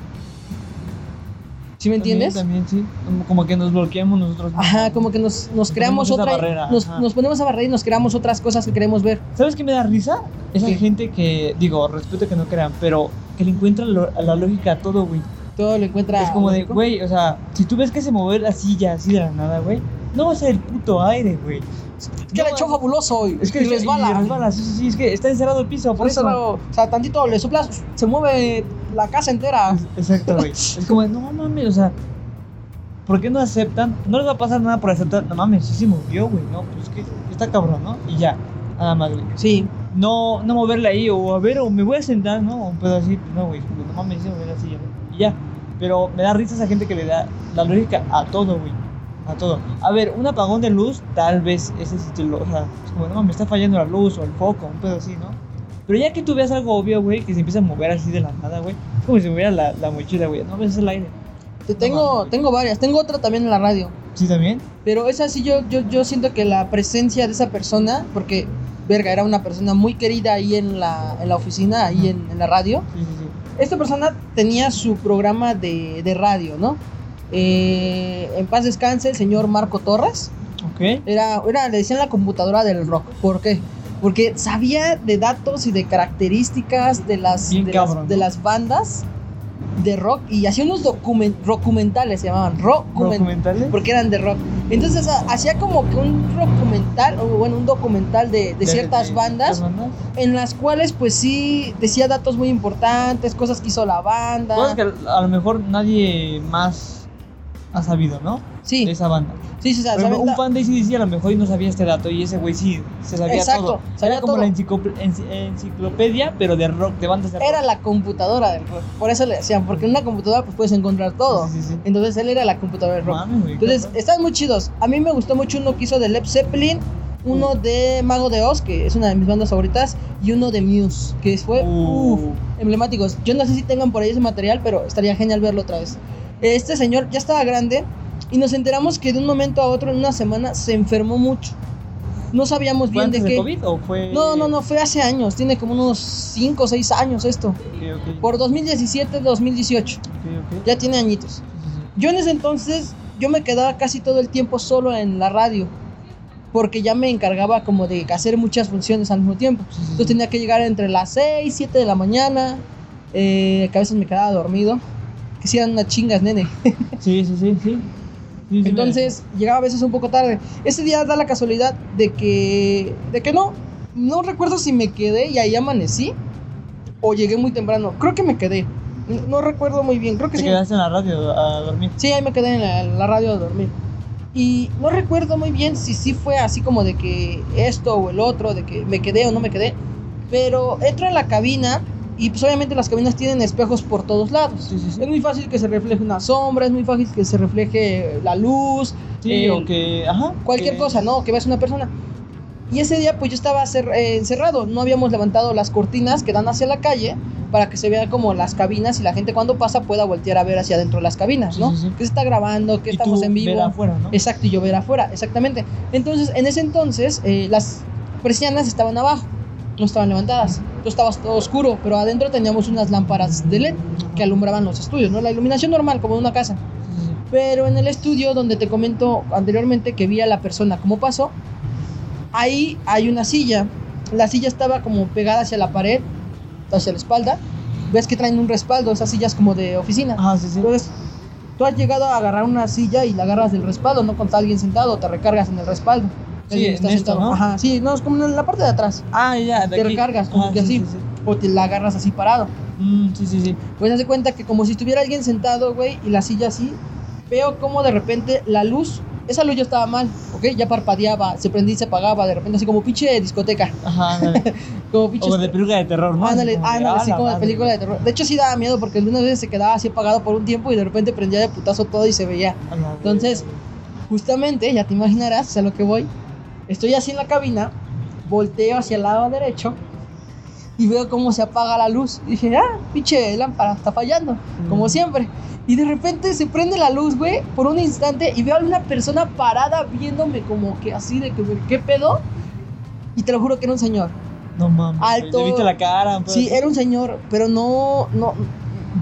Speaker 2: ¿Sí me entiendes?
Speaker 1: También, también, sí. Como, como que nos bloqueamos nosotros mismos.
Speaker 2: Ajá, como que nos, nos
Speaker 1: Nos
Speaker 2: creamos
Speaker 1: ponemos esa
Speaker 2: otra
Speaker 1: barrera,
Speaker 2: nos,
Speaker 1: ajá.
Speaker 2: nos ponemos a barrer y nos creamos otras cosas que queremos ver.
Speaker 1: ¿Sabes qué me da risa? Esa
Speaker 2: ¿Qué?
Speaker 1: gente que, digo, respeto que no crean, pero que le encuentra lo- la lógica a todo, güey.
Speaker 2: Todo lo encuentra
Speaker 1: Es como de,
Speaker 2: único.
Speaker 1: güey, o sea, si tú ves que se mueve la silla así de la nada, güey, no va a ser el puto aire, güey.
Speaker 2: Es que le
Speaker 1: no,
Speaker 2: echó fabuloso hoy.
Speaker 1: Es que
Speaker 2: y resbala.
Speaker 1: y resbala, sí, sí, sí, es que está encerrado el piso, por eso.
Speaker 2: luego, o sea, tantito le soplas, se mueve la casa entera.
Speaker 1: Es- Exacto, güey. Es como, de, no mames, o sea, ¿por qué no aceptan? No les va a pasar nada por aceptar, no mames, sí se movió, güey, no, pues que está cabrón, ¿no? Y ya, nada más, güey.
Speaker 2: Sí,
Speaker 1: No, no moverla ahí, o a ver, o me voy a sentar, ¿no? O un pedo así, pues no, güey, como, no mames, sí se movió la silla, güey. Y ya. Pero me da risa esa gente que le da la lógica a todo, güey. A todo. A ver, un apagón de luz, tal vez ese sí te lo. O sea, es como, no me está fallando la luz o el foco, un pedo así, ¿no? Pero ya que tú veas algo obvio, güey, que se empieza a mover así de la nada, güey. Es como si se moviera la, la mochila, güey. No ves el aire.
Speaker 2: te tengo,
Speaker 1: mames.
Speaker 2: tengo varias. Tengo otra también en la radio.
Speaker 1: Sí, también.
Speaker 2: Pero esa sí, yo, yo, yo siento que la presencia de esa persona, porque, verga, era una persona muy querida ahí en la, en la oficina, ahí en, en la radio.
Speaker 1: Sí, sí, sí.
Speaker 2: Esta persona tenía su programa de, de radio, ¿no? Eh, en paz descanse el señor Marco Torres.
Speaker 1: Ok.
Speaker 2: Era, era, le decían la computadora del rock. ¿Por qué? Porque sabía de datos y de características de las,
Speaker 1: Bien
Speaker 2: de,
Speaker 1: cabrón,
Speaker 2: las,
Speaker 1: ¿no?
Speaker 2: de las bandas de rock y hacía unos document, documentales, se llamaban rocumentales
Speaker 1: ¿Documentales?
Speaker 2: porque eran de rock. Entonces ha- hacía como que un documental, o bueno, un documental de, de ciertas bandas,
Speaker 1: ciertas bandas.
Speaker 2: en las cuales pues sí decía datos muy importantes, cosas que hizo la banda.
Speaker 1: Cosas que a lo mejor nadie más ha sabido, ¿no? De
Speaker 2: Sí,
Speaker 1: esa banda.
Speaker 2: sí, sí, o sea,
Speaker 1: Por ejemplo,
Speaker 2: saben
Speaker 1: un
Speaker 2: da-
Speaker 1: fan de ACDC a lo mejor y no sabía este dato y ese güey sí se sabía
Speaker 2: Exacto,
Speaker 1: todo.
Speaker 2: sabía
Speaker 1: Era como
Speaker 2: todo.
Speaker 1: la enciclop- enci- enciclopedia, pero de rock, de bandas de rock.
Speaker 2: era la computadora del rock. Por eso le decían, porque en una computadora pues puedes encontrar todo.
Speaker 1: Sí, sí, sí.
Speaker 2: Entonces él era la computadora del
Speaker 1: No
Speaker 2: rock.
Speaker 1: mames, güey,
Speaker 2: Entonces, eh,
Speaker 1: cabrón.
Speaker 2: están muy chidos. A mí me gustó mucho uno que hizo de Led Zeppelin, uno de Mago de Oz, que es una de mis bandas favoritas, y uno de Muse, que fue
Speaker 1: Uh,
Speaker 2: uf, emblemáticos. Yo no sé si tengan por ahí ese material, pero estaría genial verlo otra vez. Este señor ya estaba grande y nos enteramos que de un momento a otro, en una semana, se enfermó mucho. No sabíamos
Speaker 1: ¿Fue
Speaker 2: bien
Speaker 1: antes
Speaker 2: de
Speaker 1: de
Speaker 2: qué.
Speaker 1: COVID o fue.?
Speaker 2: No, no, no, fue hace años, tiene como unos 5 o 6 años esto.
Speaker 1: Ok, ok.
Speaker 2: Por 2017, 2018,
Speaker 1: ok, ok.
Speaker 2: ya tiene añitos. Yo en ese entonces, yo me quedaba casi todo el tiempo solo en la radio, porque ya me encargaba como de hacer muchas funciones al mismo tiempo.
Speaker 1: Sí, sí, sí.
Speaker 2: Entonces tenía que llegar entre las 6, 7 de la mañana, eh, que a veces me quedaba dormido, que si eran unas chingas, nene.
Speaker 1: Sí, sí, sí, sí. Sí, sí, me-
Speaker 2: Entonces llegaba a veces un poco tarde. Ese día da la casualidad de que, de que no, no recuerdo si me quedé y ahí amanecí o llegué muy temprano. Creo que me quedé. No, no recuerdo muy bien. Creo que
Speaker 1: Te
Speaker 2: sí.
Speaker 1: quedaste en la radio a dormir.
Speaker 2: Sí, ahí me quedé en la, en la radio a dormir. Y no recuerdo muy bien si sí fue así como de que esto o el otro, de que me quedé o no me quedé. Pero entro en la cabina y pues obviamente las cabinas tienen espejos por todos lados.
Speaker 1: Sí, sí, sí.
Speaker 2: Es muy fácil que se refleje una sombra, es muy fácil que se refleje la luz,
Speaker 1: Sí,
Speaker 2: el-
Speaker 1: o que. Ajá.
Speaker 2: Eh, cualquier
Speaker 1: que-
Speaker 2: cosa, ¿no? Que veas una persona. Y ese día pues yo estaba cer- eh, encerrado, no habíamos levantado las cortinas que dan hacia la calle para que se vean como las cabinas y la gente cuando pasa pueda voltear a ver hacia adentro de las cabinas, ¿no?
Speaker 1: Sí, sí, sí.
Speaker 2: Que se está grabando, que
Speaker 1: y
Speaker 2: estamos
Speaker 1: tú
Speaker 2: en vivo.
Speaker 1: ver afuera, ¿no?
Speaker 2: Exacto, y yo ver afuera, exactamente. Entonces, en ese entonces, eh, las persianas estaban abajo, no estaban levantadas. Entonces estaba todo oscuro, pero adentro teníamos unas lámparas de LED que alumbraban los estudios, ¿no? La iluminación normal, como en una casa.
Speaker 1: Sí, sí,
Speaker 2: Pero en el estudio donde te comento anteriormente que vi a la persona cómo pasó, ahí hay una silla. La silla estaba como pegada hacia la pared, hacia la espalda. Ves que traen un respaldo, esas sillas como de
Speaker 1: sí.
Speaker 2: oficina.
Speaker 1: Ajá, sí, sí.
Speaker 2: Entonces, tú has llegado a agarrar una silla y la agarras del respaldo, no cuando está alguien sentado, te recargas en el respaldo.
Speaker 1: Sí,
Speaker 2: Alguien
Speaker 1: en esto, ¿no?
Speaker 2: Ajá, sí, no, es como en la parte de atrás.
Speaker 1: Ah, ya, de
Speaker 2: te
Speaker 1: aquí.
Speaker 2: recargas, como
Speaker 1: Ajá,
Speaker 2: que
Speaker 1: sí,
Speaker 2: así.
Speaker 1: sí, sí.
Speaker 2: O te la agarras así parado.
Speaker 1: Mm, sí, sí, sí.
Speaker 2: Pues hace cuenta que como si estuviera alguien sentado, güey, y la silla así, veo como de repente la luz, esa luz ya estaba mal, ¿ok? Ya parpadeaba, se prendía y se apagaba, de repente así como pinche discoteca,
Speaker 1: Ajá, ándale.
Speaker 2: como pinche... este,
Speaker 1: o de película de terror, ¿no? Así
Speaker 2: Ándale,
Speaker 1: como que,
Speaker 2: ándale,
Speaker 1: "Ah,
Speaker 2: así
Speaker 1: la
Speaker 2: como de
Speaker 1: madre".
Speaker 2: película de terror. De hecho sí daba miedo porque algunas veces se quedaba así apagado por un tiempo y de repente prendía de putazo todo y se veía.
Speaker 1: A la
Speaker 2: Entonces, justamente, ya te imaginarás, es a lo que voy. Estoy así en la cabina, volteo hacia el lado derecho y veo cómo se apaga la luz. Y dije, ah, pinche lámpara, está fallando,
Speaker 1: Mm.
Speaker 2: como siempre. Y de repente se prende la luz, güey, por un instante y veo a una persona parada viéndome como que así de que, güey, ¿qué pedo? Y te lo juro que era un señor.
Speaker 1: No mames.
Speaker 2: Alto.
Speaker 1: ¿Le viste la cara? un pedo
Speaker 2: Sí, eh.
Speaker 1: así?
Speaker 2: era un señor, pero no, no,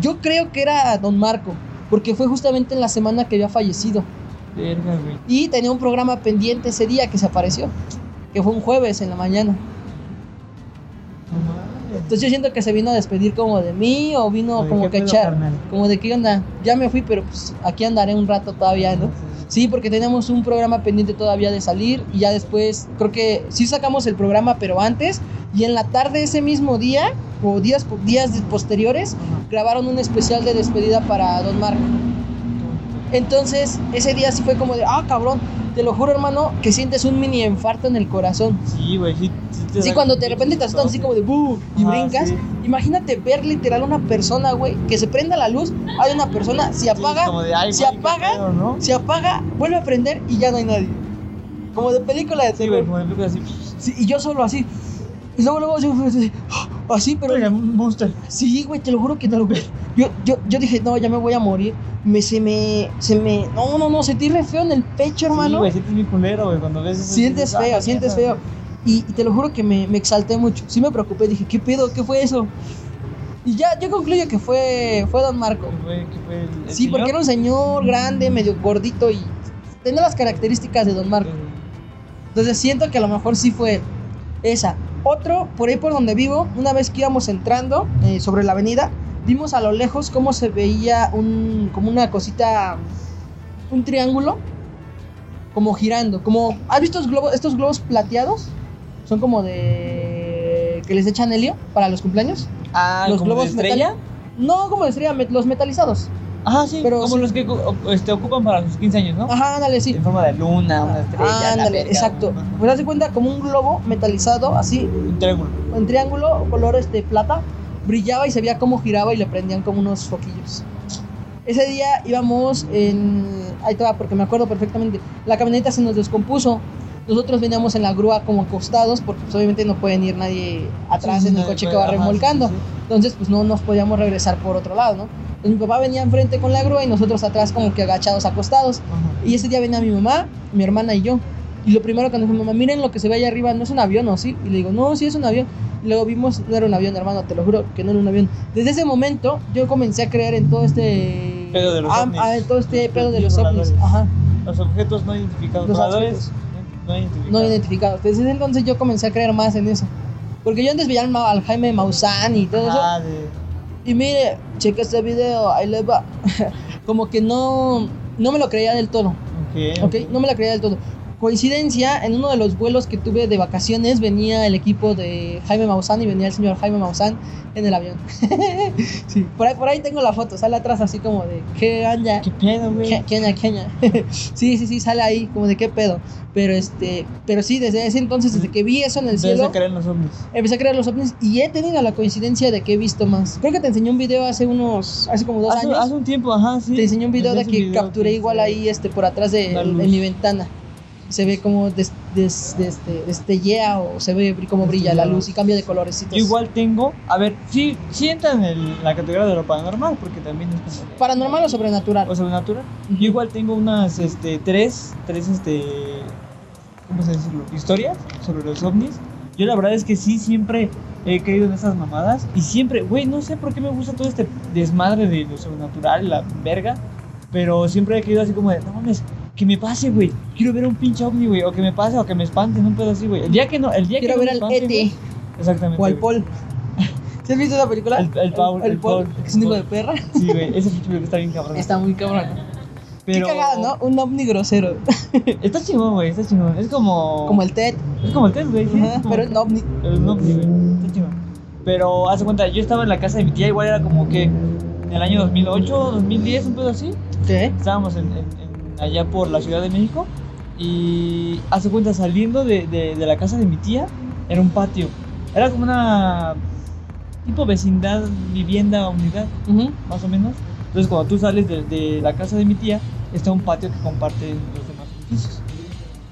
Speaker 2: yo creo que era don Marco, porque fue justamente en la semana que había fallecido.
Speaker 1: Verga, güey.
Speaker 2: Y tenía un programa pendiente ese día que se apareció, que fue un jueves en la mañana.
Speaker 1: No mames.
Speaker 2: Entonces yo siento que se vino a despedir como de mí o vino
Speaker 1: Oye,
Speaker 2: como
Speaker 1: ¿qué
Speaker 2: que a
Speaker 1: pedo,
Speaker 2: echar,
Speaker 1: carnal?
Speaker 2: como de qué onda, ya me fui, pero pues aquí andaré un rato todavía, ¿no?
Speaker 1: Sí, sí.
Speaker 2: Sí, porque teníamos un programa pendiente todavía de salir y ya después, creo que sí sacamos el programa, pero antes, y en la tarde ese mismo día, o días, días posteriores, grabaron un especial de despedida para Don Marco. Entonces, ese día sí fue como de, ah, cabrón, te lo juro, hermano, que sientes un mini infarto en el corazón.
Speaker 1: Sí, güey. Sí, te
Speaker 2: Sí,
Speaker 1: da
Speaker 2: cuando
Speaker 1: un
Speaker 2: de repente te asustan así como de buh y
Speaker 1: Ah,
Speaker 2: brincas.
Speaker 1: sí.
Speaker 2: Imagínate ver literal a una persona, güey, que se prenda la luz, hay una persona, se
Speaker 1: Sí,
Speaker 2: apaga,
Speaker 1: como de, "Ay,
Speaker 2: se
Speaker 1: güey, qué
Speaker 2: apaga,
Speaker 1: pedo, ¿no?
Speaker 2: se apaga, vuelve a prender y ya no hay nadie. Como de película de
Speaker 1: Sí, güey,
Speaker 2: terror.
Speaker 1: como de película así.
Speaker 2: Sí, y yo solo así. Y luego, luego, yo fui así, ¡ah! así, pero
Speaker 1: Oiga, un monster.
Speaker 2: Sí, güey, te lo juro que te lo juro. Yo, yo, yo dije, no, ya me voy a morir. Me, se me, se me, no, no, no, sentí re feo en el pecho,
Speaker 1: Sí,
Speaker 2: hermano.
Speaker 1: güey, sientes mi culero, güey, cuando ves eso.
Speaker 2: sientes
Speaker 1: dices, "Ah,
Speaker 2: feo, sientes
Speaker 1: mierda".
Speaker 2: feo. Y, y te lo juro que me, me exalté mucho. Sí me preocupé, dije, ¿qué pedo? ¿Qué fue eso? Y ya, yo concluyo que fue, fue Don Marco.
Speaker 1: ¿Qué fue? ¿Qué fue el- el
Speaker 2: Sí, porque era
Speaker 1: señor?
Speaker 2: un señor grande, medio gordito y tenía las características de Don Marco. Entonces siento que a lo mejor sí fue él. esa. Otro, por ahí por donde vivo, una vez que íbamos entrando eh, sobre la avenida, vimos a lo lejos cómo se veía un, como una cosita, un triángulo, como girando. Como, ¿Has visto estos globos, estos globos plateados? Son como de... que les echan helio para los cumpleaños.
Speaker 1: Ah,
Speaker 2: los
Speaker 1: ¿como de
Speaker 2: globos
Speaker 1: estrella.
Speaker 2: No como de estrella, met- los metalizados.
Speaker 1: Ajá, sí.
Speaker 2: Pero
Speaker 1: como
Speaker 2: sí.
Speaker 1: los que o- este, ocupan para sus 15 años, ¿no?
Speaker 2: Ajá, ándale, sí. Ah,
Speaker 1: En forma de luna, una estrella. la
Speaker 2: ándale,
Speaker 1: verga,
Speaker 2: exacto.
Speaker 1: una-
Speaker 2: Pues haz de cuenta como un globo metalizado, así,
Speaker 1: Un triángulo.
Speaker 2: en triángulo color este plata brillaba y se veía cómo giraba y le prendían como unos foquillos. Ese día íbamos en ahí te va porque me acuerdo perfectamente. La camioneta se nos descompuso Nosotros veníamos en la grúa como acostados porque pues, obviamente no pueden ir nadie atrás
Speaker 1: Sí, sí,
Speaker 2: en el
Speaker 1: nadie
Speaker 2: coche
Speaker 1: puede-
Speaker 2: que va
Speaker 1: ajá, sí,
Speaker 2: remolcando.
Speaker 1: sí, sí.
Speaker 2: Entonces, pues no nos podíamos regresar por otro lado, ¿no? Entonces, mi papá venía enfrente con la grúa y nosotros atrás como que agachados, acostados.
Speaker 1: Ajá.
Speaker 2: Y ese día venía mi mamá, mi hermana y yo. Y lo primero que nos dijo, mamá, miren lo que se ve allá arriba, no es un avión, ¿no? Sí. Y le digo, no, sí es un avión. Y luego vimos, no era un avión, hermano, te lo juro que no era un avión. Desde ese momento yo comencé a creer en todo este.
Speaker 1: Pedo de los
Speaker 2: Ah,
Speaker 1: ovnis.
Speaker 2: ah, en todo este
Speaker 1: Los
Speaker 2: pedo de
Speaker 1: platillos
Speaker 2: los ovnis.
Speaker 1: voladores.
Speaker 2: Ajá,
Speaker 1: Los objetos no identificados.
Speaker 2: Los
Speaker 1: voladores no identificados.
Speaker 2: no identificados. Desde ese entonces yo comencé a creer más en eso. Porque yo antes veía al, Ma- al Jaime Maussan y todo eso.
Speaker 1: Ah, de...
Speaker 2: Y mire, checa este video, ahí le va. Como que no, no me lo creía del todo.
Speaker 1: Ok.
Speaker 2: Ok, no me la creía del todo. Coincidencia, en uno de los vuelos que tuve de vacaciones venía el equipo de Jaime Maussan y venía el señor Jaime Maussan en el avión. sí, por ahí, por ahí tengo la foto, sale atrás así como de, ¿qué onda?
Speaker 1: ¿Qué pedo, güey?
Speaker 2: ¿Qué- Kenia, Kenia. sí, sí, sí, sale ahí como de qué pedo. Pero este, pero sí, desde ese entonces, desde que vi eso en el
Speaker 1: Empecé
Speaker 2: cielo,
Speaker 1: a creer en los ovnis.
Speaker 2: empecé a creer los ovnis y he tenido la coincidencia de que he visto más. Creo que te enseñé un video hace unos, hace como dos
Speaker 1: Hace,
Speaker 2: años.
Speaker 1: hace un tiempo, ajá, sí.
Speaker 2: Te enseñé un video de
Speaker 1: Enseñaste
Speaker 2: que
Speaker 1: un video
Speaker 2: capturé
Speaker 1: que
Speaker 2: igual
Speaker 1: se-
Speaker 2: ahí este por atrás de,
Speaker 1: la
Speaker 2: en
Speaker 1: luz.
Speaker 2: mi ventana. Se ve como des, des- deste- destellea o se ve como brilla la
Speaker 1: Destellea.
Speaker 2: luz y cambia de colorecitos.
Speaker 1: Yo igual tengo, a ver, sí, sí entra en el- la categoría de lo paranormal, porque también es como... de-
Speaker 2: Paranormal o sobrenatural.
Speaker 1: Ah, O sobrenatural. Yo igual tengo unas, este, tres, tres, este, ¿cómo se decirlo? Historias sobre los ovnis. Yo la verdad es que sí, siempre he creído en esas mamadas y siempre, güey, no sé por qué me gusta todo este desmadre de lo sobrenatural, la verga, pero siempre he creído así como de, no mames, que me pase, güey, quiero ver un pinche ovni, güey, o que me pase, o que me espanten, un pedo así, güey. El día que no, el día
Speaker 2: Quiero
Speaker 1: que
Speaker 2: ver
Speaker 1: no me
Speaker 2: al
Speaker 1: espanten,
Speaker 2: ET
Speaker 1: güey, Exactamente.
Speaker 2: o al
Speaker 1: güey.
Speaker 2: Paul. ¿Sí has visto esa película?
Speaker 1: El- el Paul,
Speaker 2: El,
Speaker 1: el
Speaker 2: Paul,
Speaker 1: Paul.
Speaker 2: que es un hijo de perra.
Speaker 1: Sí, güey, ese pinche video está bien cabrón.
Speaker 2: Está muy cabrón.
Speaker 1: pero...
Speaker 2: Qué cagada, ¿no? Un ovni grosero.
Speaker 1: Está chingón, güey, está chingón. Es como...
Speaker 2: Como el Ted.
Speaker 1: Es como el test, güey. sí,
Speaker 2: Ajá,
Speaker 1: es como-
Speaker 2: pero un ovni.
Speaker 1: Pero no, pues, güey, está chido. Pero haz de cuenta, yo estaba en la casa de mi tía, igual era como que en el año 2008, 2010, un pedo así.
Speaker 2: ¿Qué?
Speaker 1: Estábamos en, en- en- allá por la Ciudad de México y haz de cuenta, saliendo de, de- de la casa de mi tía, era un patio. Era como una tipo vecindad, vivienda, unidad,
Speaker 2: Ujú.
Speaker 1: más o menos. Entonces, cuando tú sales de, de la casa de mi tía, está un patio que comparten los demás edificios.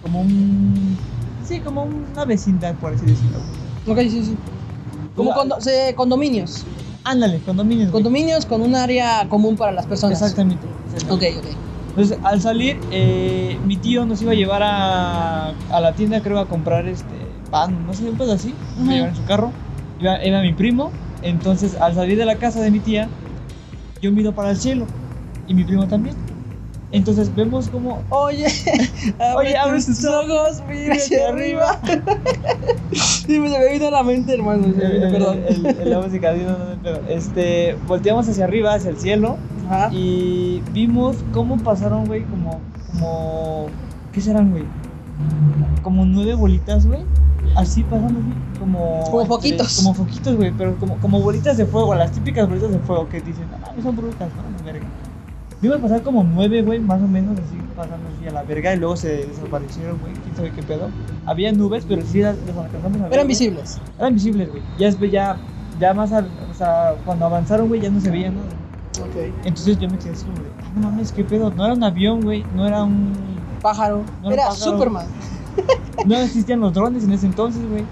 Speaker 1: Como un. Sí, como una vecindad, por así decirlo.
Speaker 2: Ok, sí, sí. Como
Speaker 1: Tú-
Speaker 2: condo- se- condominios.
Speaker 1: Ándale, condominios. güey.
Speaker 2: Condominios con un área común para las personas.
Speaker 1: Exactamente. exactamente.
Speaker 2: Ok, ok.
Speaker 1: Entonces, al salir, eh, mi tío nos iba a llevar a, a la tienda, creo, a comprar este pan, no sé, un pedo así. Nos iba
Speaker 2: Ujú.
Speaker 1: a llevar en su carro. Iba, era mi primo. Entonces, al salir de la casa de mi tía, yo miro para el cielo. Y mi primo también. Entonces, vemos como.
Speaker 2: Oye, abre,
Speaker 1: Oye, abre
Speaker 2: tus,
Speaker 1: tus
Speaker 2: ojos, mira hacia
Speaker 1: hacia
Speaker 2: arriba. sí, me se me vino a la mente, hermano. se
Speaker 1: El,
Speaker 2: me
Speaker 1: el,
Speaker 2: vino, perdón.
Speaker 1: Eh, el- el- la música, sí, no, no, no, pero, este, volteamos hacia arriba, hacia el cielo.
Speaker 2: Ajá.
Speaker 1: Y vimos cómo pasaron, güey, como, como, ¿qué serán, güey? Como nueve bolitas, güey. Así pasando, así, como...
Speaker 2: Como foquitos.
Speaker 1: Como foquitos, güey, pero como, como bolitas de fuego, las típicas bolitas de fuego que dicen, ah, mames, son brutas, no, la verga. Vimos pasar como nueve, güey, más o menos, así, pasando así a la verga, y luego se desaparecieron, güey, quién sabe qué pedo. Había nubes, pero sí las, las alcanzamos a ver.
Speaker 2: Eran
Speaker 1: güey.
Speaker 2: visibles.
Speaker 1: Eran visibles, güey. Ya, después ya, ya más, al- o sea, cuando avanzaron, güey, ya no se veía nada.
Speaker 2: Ok.
Speaker 1: Entonces yo me quedé así como de, "Ah, no mames, qué pedo. No era un avión, güey. No era un.
Speaker 2: Pájaro.
Speaker 1: No
Speaker 2: Era
Speaker 1: era pájaro.
Speaker 2: Superman.
Speaker 1: No existían los drones en ese entonces, güey.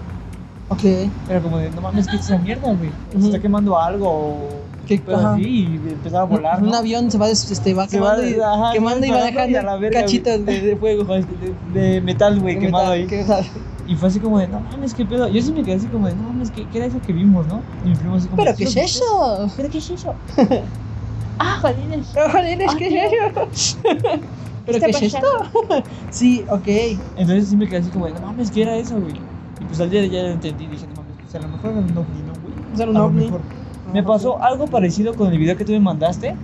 Speaker 2: Ok.
Speaker 1: Era como de, no mames, ¿qué es esa mierda, güey? Se
Speaker 2: Ujú.
Speaker 1: está quemando algo o.
Speaker 2: Qué
Speaker 1: pedo
Speaker 2: ajá.
Speaker 1: así y empezaba a volar.
Speaker 2: Un
Speaker 1: ¿no?
Speaker 2: avión se va, des- este, va
Speaker 1: Se va
Speaker 2: quemando, y,
Speaker 1: des- ajá,
Speaker 2: quemando y va
Speaker 1: se va desmadrando y a la
Speaker 2: dejando
Speaker 1: verga,
Speaker 2: cachitos de, de fuego.
Speaker 1: Como de- De, de metal, güey,
Speaker 2: De
Speaker 1: quemado
Speaker 2: metal,
Speaker 1: ahí.
Speaker 2: quemado.
Speaker 1: Y fue así como de, no mames, qué pedo. Yo sí me quedé así como de, no mames, ¿qué, qué era eso que vimos, no? Y mi primo así como.
Speaker 2: ¿Pero qué
Speaker 1: "Sí,
Speaker 2: es
Speaker 1: lo que
Speaker 2: eso?
Speaker 1: ¿Pero qué es eso? ah, jolines.
Speaker 2: Jolines, Ah, ¿qué es eso? ¿Pero qué
Speaker 1: ¿Qué
Speaker 2: es
Speaker 1: está
Speaker 2: esto? sí, ok.
Speaker 1: Entonces sí me quedé así como, de, no mames, ¿qué era eso, güey? Y pues al día de ayer entendí, dije, no mames, pues a lo mejor era un ovni, ¿no, güey?
Speaker 2: O sea,
Speaker 1: A
Speaker 2: un
Speaker 1: lo
Speaker 2: ovni.
Speaker 1: mejor. Me pasó algo parecido con el video que tú me mandaste,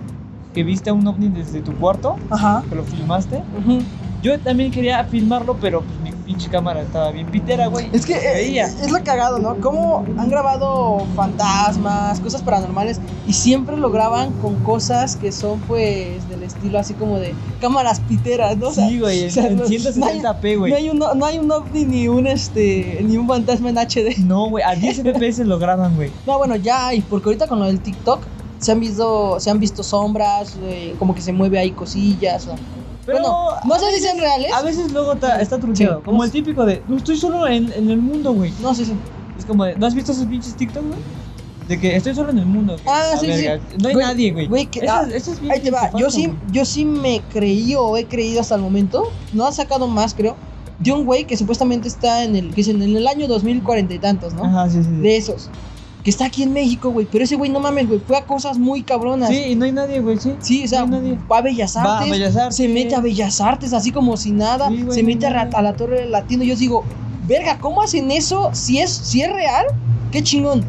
Speaker 1: que viste a un ovni desde tu cuarto,
Speaker 2: Ajá.
Speaker 1: que lo filmaste.
Speaker 2: Ujú.
Speaker 1: Yo también quería filmarlo, pero pues, mi pinche cámara estaba bien pitera, güey.
Speaker 2: Es que eh,
Speaker 1: Veía.
Speaker 2: es lo cagado, ¿no? Cómo han grabado fantasmas, cosas paranormales y siempre lo graban con cosas que son pues del estilo así como de cámaras piteras, ¿no? O sea,
Speaker 1: sí, güey, en,
Speaker 2: o sea,
Speaker 1: en
Speaker 2: no-
Speaker 1: 170p,
Speaker 2: no
Speaker 1: güey.
Speaker 2: hay un no hay un ovni ni un este ni un fantasma en HD.
Speaker 1: No, güey, a 10 FPS lo graban, güey.
Speaker 2: No, bueno, ya hay, porque ahorita con lo del TikTok se han visto se han visto sombras, eh, como que se mueve ahí cosillas, o-
Speaker 1: Pero
Speaker 2: bueno, no sé si sean reales.
Speaker 1: a veces luego ta- está truqueado.
Speaker 2: Sí.
Speaker 1: como el típico de, "No, estoy solo en, en el mundo, güey.
Speaker 2: No sé si.
Speaker 1: Es como de, ¿no has visto esos pinches TikTok, güey? De que estoy solo en el mundo. que
Speaker 2: Ah,
Speaker 1: la
Speaker 2: sí, sí.
Speaker 1: verga. No hay
Speaker 2: Güey,
Speaker 1: nadie, güey.
Speaker 2: güey, que-
Speaker 1: Eso-
Speaker 2: ah,
Speaker 1: eso es bien
Speaker 2: Ahí te va.
Speaker 1: pinche
Speaker 2: Yo
Speaker 1: falso,
Speaker 2: sí,
Speaker 1: güey.
Speaker 2: yo sí me creí o he creído hasta el momento. No ha sacado más, creo. De un güey que supuestamente está en el. Que dicen en el año 2040 y tantos, ¿no?
Speaker 1: Ajá, sí, sí. sí.
Speaker 2: De esos. Que está aquí en México, güey. Pero ese güey, no mames, güey. Fue a cosas muy cabronas.
Speaker 1: Sí, y no hay nadie, güey, sí.
Speaker 2: Sí, o sea,
Speaker 1: No hay nadie.
Speaker 2: va a Bellas Artes.
Speaker 1: Va a Bellas Artes.
Speaker 2: se mete a Bellas Artes así como si nada,
Speaker 1: Sí, güey,
Speaker 2: se
Speaker 1: no
Speaker 2: mete a,
Speaker 1: mames.
Speaker 2: la- a la Torre Latino. Yo digo, verga, ¿cómo hacen eso? Si es, si es real, qué chingón.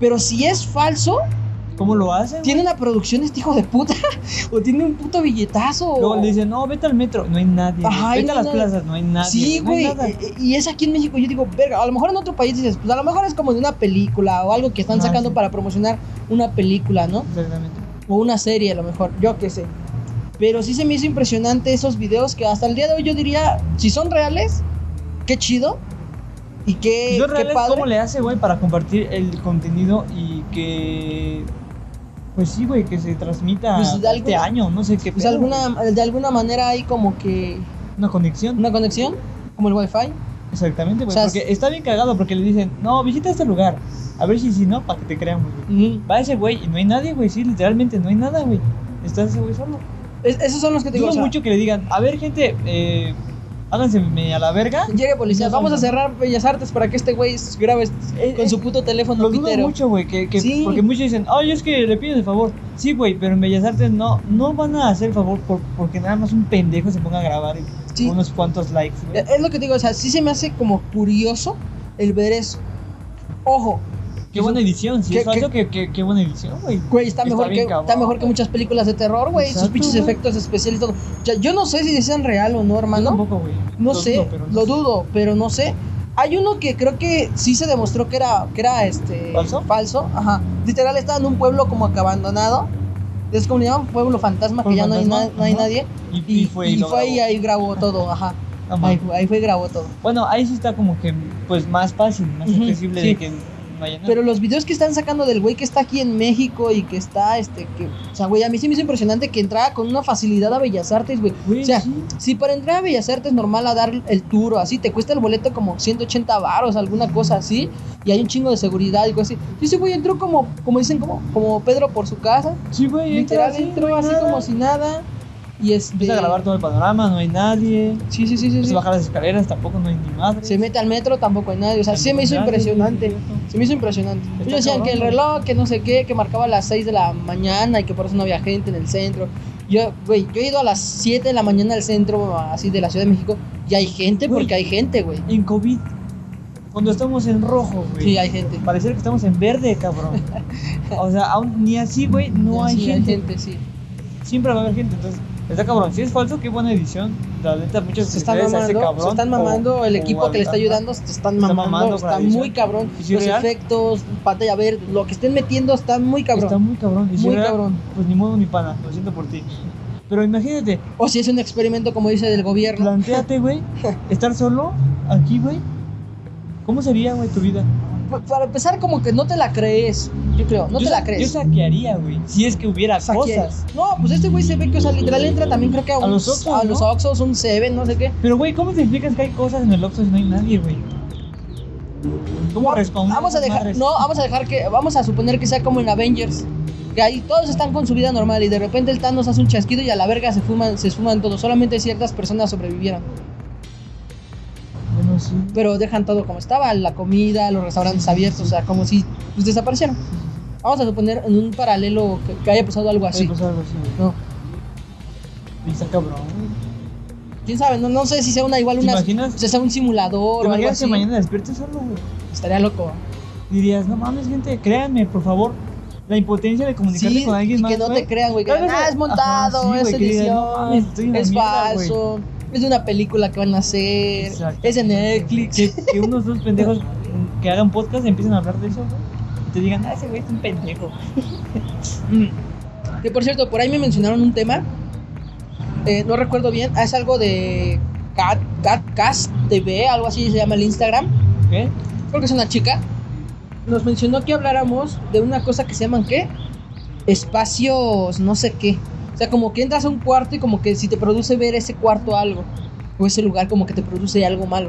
Speaker 2: Pero si es falso,
Speaker 1: ¿Cómo lo hacen?
Speaker 2: tiene una producción este hijo de puta, o tiene un puto billetazo. o-
Speaker 1: Luego le dicen, no, vete al metro. No hay nadie. güey. vete a
Speaker 2: Ajá, no hay
Speaker 1: las
Speaker 2: nadie.
Speaker 1: plazas, no hay nadie.
Speaker 2: Sí,
Speaker 1: no hay
Speaker 2: güey,
Speaker 1: nada.
Speaker 2: eh, eh, y es aquí en México. Yo digo, verga, a lo mejor en otro país dices, pues a lo mejor es como de una película o algo que están
Speaker 1: Ah,
Speaker 2: sacando
Speaker 1: sí.
Speaker 2: para promocionar una película, ¿no?
Speaker 1: Exactamente.
Speaker 2: O una serie, a lo mejor, yo qué sé. Pero sí se me hizo impresionante esos videos que hasta el día de hoy yo diría, si son reales, qué chido. Y qué,
Speaker 1: ¿Y
Speaker 2: Eh, qué
Speaker 1: Don Reales
Speaker 2: padre.
Speaker 1: cómo le hace, güey, para compartir el contenido y que. Pues sí, güey, que se transmita
Speaker 2: Pues
Speaker 1: este
Speaker 2: de alguna-
Speaker 1: año, no sé qué.
Speaker 2: Pues
Speaker 1: pedo,
Speaker 2: alguna,
Speaker 1: güey.
Speaker 2: de alguna manera hay como que
Speaker 1: Una conexión.
Speaker 2: una conexión, como el wifi.
Speaker 1: Exactamente, güey.
Speaker 2: O sea,
Speaker 1: porque está bien cagado, porque le dicen, no, visita este lugar. A ver si, si no, para que te creamos, güey. Va ese güey y no hay nadie, güey. Sí, literalmente no hay nada, güey. Está ese güey solo.
Speaker 2: Es- esos son los que te digo.
Speaker 1: Digo
Speaker 2: o sea,
Speaker 1: mucho que le digan, a ver, gente, eh, háganse a la verga.
Speaker 2: Llegue policía,
Speaker 1: No son-
Speaker 2: vamos a cerrar Bellas Artes para que este güey grabe
Speaker 1: Eh,
Speaker 2: con
Speaker 1: eh,
Speaker 2: su puto teléfono
Speaker 1: Lo dudo
Speaker 2: pitero.
Speaker 1: mucho, güey, que, que-
Speaker 2: Sí.
Speaker 1: porque muchos dicen, ay, es que le pido el favor. Sí, güey, pero en Bellas Artes no, no van a hacer favor por- porque nada más un pendejo se ponga a grabar y-
Speaker 2: Sí. Eh,
Speaker 1: unos cuantos likes, güey.
Speaker 2: Es lo que te digo, o sea, sí se me hace como curioso el ver eso. Ojo,
Speaker 1: Qué buena edición, sí,
Speaker 2: qué-
Speaker 1: es falso que, que- qué buena edición, güey.
Speaker 2: Güey, está,
Speaker 1: Está
Speaker 2: mejor,
Speaker 1: bien
Speaker 2: que,
Speaker 1: cabrón,
Speaker 2: está mejor que
Speaker 1: güey.
Speaker 2: muchas películas de terror, güey. Sus
Speaker 1: Exacto,
Speaker 2: pinches
Speaker 1: güey.
Speaker 2: efectos especiales y todo. Ya, yo no sé si sean real o no,
Speaker 1: Yo
Speaker 2: hermano.
Speaker 1: tampoco, güey.
Speaker 2: No
Speaker 1: Lo
Speaker 2: sé,
Speaker 1: dudo, pero
Speaker 2: lo
Speaker 1: sé.
Speaker 2: dudo, pero no sé. Hay uno que creo que sí se demostró que era, que era este,
Speaker 1: ¿Falso?
Speaker 2: Falso, ajá. Literal, estaba en un pueblo como que abandonado. Es como le llaman pueblo fantasma, que
Speaker 1: Pueblo
Speaker 2: ya no hay,
Speaker 1: fantasma,
Speaker 2: na- no hay
Speaker 1: ajá.
Speaker 2: nadie.
Speaker 1: Y,
Speaker 2: Y,
Speaker 1: y fue,
Speaker 2: y
Speaker 1: lo
Speaker 2: fue ahí,
Speaker 1: grabó.
Speaker 2: ahí grabó todo, ajá.
Speaker 1: No mames.
Speaker 2: Ahí, fue- ahí fue y grabó todo.
Speaker 1: Bueno, ahí sí está como que, pues, más fácil, más
Speaker 2: Ujú,
Speaker 1: accesible
Speaker 2: sí.
Speaker 1: de que no haya nada.
Speaker 2: Pero los videos que están sacando del güey que está aquí en México y que está, este, que, o sea, güey, a mí sí me hizo impresionante que entraba con una facilidad a Bellas Artes, güey.
Speaker 1: Güey,
Speaker 2: o sea,
Speaker 1: sí.
Speaker 2: Si para entrar a Bellas Artes normal a dar el tour o así, te cuesta el boleto como 180 varos, alguna cosa así, y hay un chingo de seguridad y cosas así. Y ese güey entró como, como dicen, como, como Pedro por su casa,
Speaker 1: Sí, güey, entra
Speaker 2: literal entró
Speaker 1: no hay
Speaker 2: así
Speaker 1: nada.
Speaker 2: como si nada, y este...
Speaker 1: Empieza a grabar todo el panorama, no hay nadie.
Speaker 2: Sí, sí, sí, sí.
Speaker 1: Empieza
Speaker 2: sí.
Speaker 1: a bajar las escaleras, tampoco no hay ni madre.
Speaker 2: Se mete al metro, tampoco hay nadie, o sea, sí me hizo
Speaker 1: Nadie,
Speaker 2: impresionante.
Speaker 1: güey.
Speaker 2: Se me hizo impresionante.
Speaker 1: Está
Speaker 2: Ellos decían
Speaker 1: cabrón,
Speaker 2: que el
Speaker 1: güey.
Speaker 2: reloj, que no sé qué, que marcaba las 6 de la mañana y que por eso no había gente en el centro. Yo, güey, yo he ido a las 7 de la mañana al centro, así de la Ciudad de México, y hay gente
Speaker 1: Güey.
Speaker 2: porque hay gente, güey.
Speaker 1: en COVID, cuando estamos en rojo, güey.
Speaker 2: Sí, hay gente.
Speaker 1: Pareciera que estamos en verde, cabrón. o sea, aún ni así, güey, no hay,
Speaker 2: Sí,
Speaker 1: gente.
Speaker 2: sí.
Speaker 1: Siempre va a haber gente, entonces. Está cabrón, si es falso, qué buena edición. La neta, muchas
Speaker 2: Se están
Speaker 1: felicidades Pues a ese
Speaker 2: mamando, se
Speaker 1: cabrón,
Speaker 2: están
Speaker 1: o-
Speaker 2: mamando el
Speaker 1: o
Speaker 2: equipo que le está
Speaker 1: al-
Speaker 2: ayudando, se están
Speaker 1: está
Speaker 2: mamando,
Speaker 1: mamando con la
Speaker 2: está muy
Speaker 1: edición.
Speaker 2: cabrón.
Speaker 1: ¿Y si
Speaker 2: Los
Speaker 1: es real?
Speaker 2: efectos, pantalla verde, lo que estén metiendo está muy
Speaker 1: Está
Speaker 2: cabrón.
Speaker 1: muy cabrón. y si
Speaker 2: Muy
Speaker 1: era,
Speaker 2: cabrón.
Speaker 1: Pues ni modo ni pana, lo siento por ti. Pero imagínate,
Speaker 2: O si es un experimento, como dice, del gobierno.
Speaker 1: planteate, güey, estar solo aquí, güey. ¿Cómo sería, güey, tu vida?
Speaker 2: Pa- Para empezar, como que no te la crees, yo creo, no
Speaker 1: Yo sa-
Speaker 2: te la crees.
Speaker 1: Yo saquearía, güey. Si es que hubiera
Speaker 2: Saqué.
Speaker 1: cosas.
Speaker 2: No, pues este güey se ve que, o sea, literal entra también creo que a,
Speaker 1: A
Speaker 2: un-
Speaker 1: los Oxxos,
Speaker 2: a
Speaker 1: ¿no?
Speaker 2: los Oxxos, un Seven, no sé qué.
Speaker 1: Pero, güey, ¿cómo te explicas que hay cosas en el Oxxo si no hay nadie, güey? ¿Cómo responder?
Speaker 2: Vamos a dejar, no, vamos a dejar que, vamos a suponer que sea como en Avengers. Que ahí todos están con su vida normal y de repente el Thanos hace un chasquido y a la verga se fuman, se esfuman todos. Solamente ciertas personas sobrevivieron.
Speaker 1: Bueno, sí.
Speaker 2: Pero dejan todo como estaba, la comida, los restaurantes abiertos, o sea, como si pues, desaparecieron. Vamos a suponer en un paralelo que, que haya pasado algo
Speaker 1: Puede
Speaker 2: así.
Speaker 1: pasar algo así, güey.
Speaker 2: No,
Speaker 1: Y está cabrón.
Speaker 2: quién sabe, no, no sé si sea una igual
Speaker 1: ¿Te
Speaker 2: una,
Speaker 1: imaginas?
Speaker 2: o sea, sea un simulador
Speaker 1: ¿Te
Speaker 2: o algo
Speaker 1: imaginas
Speaker 2: así.
Speaker 1: que mañana despiertes solo, güey?
Speaker 2: Estaría loco.
Speaker 1: Dirías, no mames, gente, créanme, por favor. La impotencia de comunicarte
Speaker 2: Sí,
Speaker 1: con alguien
Speaker 2: y
Speaker 1: más.
Speaker 2: que no te
Speaker 1: güey.
Speaker 2: crean, güey. Que
Speaker 1: Tal
Speaker 2: digan,
Speaker 1: vez-
Speaker 2: ah, es montado,
Speaker 1: Ajá, sí,
Speaker 2: es
Speaker 1: güey, que digan,
Speaker 2: edición,
Speaker 1: "No mames, estoy en la
Speaker 2: es
Speaker 1: mierda, güey".
Speaker 2: falso, es de una película que van a hacer,
Speaker 1: Exacto.
Speaker 2: es de Netflix.
Speaker 1: Que, que unos dos pendejos que hagan podcast empiecen a hablar de eso, güey. Y te digan, ah, ese güey es un pendejo.
Speaker 2: Mm. Que por cierto, por ahí me mencionaron un tema, eh, no recuerdo bien, ah, es algo de Cat, Catcast TV, algo así se llama el Instagram,
Speaker 1: ¿Qué?
Speaker 2: creo que es una chica. Nos mencionó que habláramos de una cosa que se llaman, ¿qué? Espacios, no sé qué. O sea, como que entras a un cuarto y como que si te produce ver ese cuarto algo, o ese lugar como que te produce algo malo.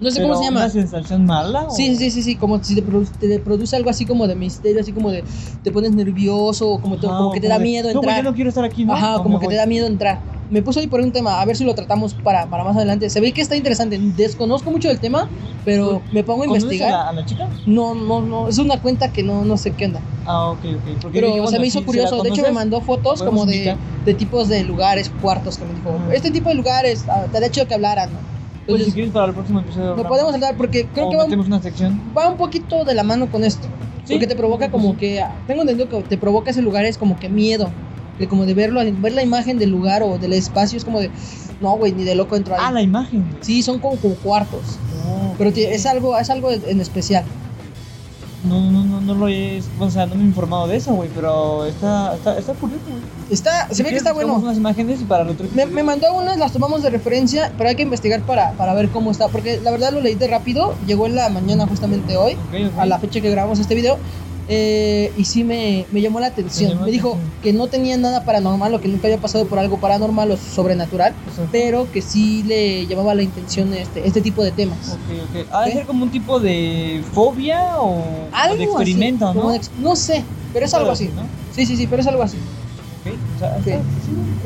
Speaker 2: No sé
Speaker 1: Pero,
Speaker 2: cómo se llama.
Speaker 1: ¿Una sensación mala? o-
Speaker 2: Sí, sí, sí, sí, como si te produce, te produce algo así como de misterio, así como de te pones nervioso, o como, te-
Speaker 1: Ajá,
Speaker 2: como
Speaker 1: o
Speaker 2: que te da
Speaker 1: de,
Speaker 2: miedo
Speaker 1: Ah, No, güey,
Speaker 2: entrar.
Speaker 1: yo no quiero estar aquí, ¿no?
Speaker 2: Ajá,
Speaker 1: O
Speaker 2: como
Speaker 1: me
Speaker 2: que te
Speaker 1: voy.
Speaker 2: da miedo entrar. Me puse ahí por un tema, a ver si lo tratamos para, para más adelante. Se ve que está interesante, desconozco mucho del tema, pero me pongo a
Speaker 1: Pues, ¿Conoces
Speaker 2: investigar.
Speaker 1: A la, a la chica?
Speaker 2: No, no, no, es una cuenta que no, no sé qué onda.
Speaker 1: Ah, ok, ok. Porque
Speaker 2: Pero
Speaker 1: dije,
Speaker 2: se
Speaker 1: bueno,
Speaker 2: me hizo
Speaker 1: si- si la
Speaker 2: curioso. De hecho, me
Speaker 1: conoces,
Speaker 2: mandó fotos
Speaker 1: podemos
Speaker 2: como de,
Speaker 1: invitar.
Speaker 2: de tipos de lugares, cuartos, que me dijo,
Speaker 1: Ajá.
Speaker 2: este tipo de lugares, ah, estaría chido que hablaran, ¿no?
Speaker 1: Pues si
Speaker 2: Entonces,
Speaker 1: quieres para el próximo episodio.
Speaker 2: lo
Speaker 1: hablamos.
Speaker 2: podemos hablar porque creo
Speaker 1: O
Speaker 2: que va,
Speaker 1: metemos una sección.
Speaker 2: va un poquito de la mano con esto.
Speaker 1: Sí.
Speaker 2: Porque te provoca como que, ah, tengo entendido que te provoca ese lugar es como que miedo. De como de verlo, ver la imagen del lugar o del espacio es como de, no, güey, ni de loco entro ahí.
Speaker 1: Ah, la imagen. güey.
Speaker 2: Sí, son como, como cuartos.
Speaker 1: No,
Speaker 2: Pero ti- es algo, es algo en especial.
Speaker 1: No, no, no, no lo he. O sea, no me he informado de eso, güey. Pero está, está, está curioso, güey.
Speaker 2: Está, se
Speaker 1: Si
Speaker 2: ve que
Speaker 1: quieres,
Speaker 2: está
Speaker 1: buscamos
Speaker 2: bueno.
Speaker 1: unas imágenes y para el otro
Speaker 2: Me,
Speaker 1: episodio.
Speaker 2: me mandó unas, las tomamos de referencia, pero hay que investigar para, para ver cómo está, porque la verdad lo leí de rápido, llegó en la mañana justamente hoy,
Speaker 1: Ok, ok.
Speaker 2: a la fecha que grabamos este video, eh, y sí me, me llamó la atención.
Speaker 1: Te llamó
Speaker 2: me
Speaker 1: la
Speaker 2: dijo
Speaker 1: atención.
Speaker 2: que no tenía nada paranormal o que nunca había pasado por algo paranormal o sobrenatural,
Speaker 1: O sea,
Speaker 2: pero que sí le llamaba la intención este, este tipo de temas.
Speaker 1: Ok, ok. Ha de
Speaker 2: Ok.
Speaker 1: ser como un tipo de fobia o, o
Speaker 2: ¿Eh? Algo
Speaker 1: de experimento,
Speaker 2: así,
Speaker 1: ¿no?
Speaker 2: como de ex- no sé, pero es algo así.
Speaker 1: ¿no?
Speaker 2: Sí, sí, sí, pero es algo así.
Speaker 1: Ok, o sea,
Speaker 2: Sí.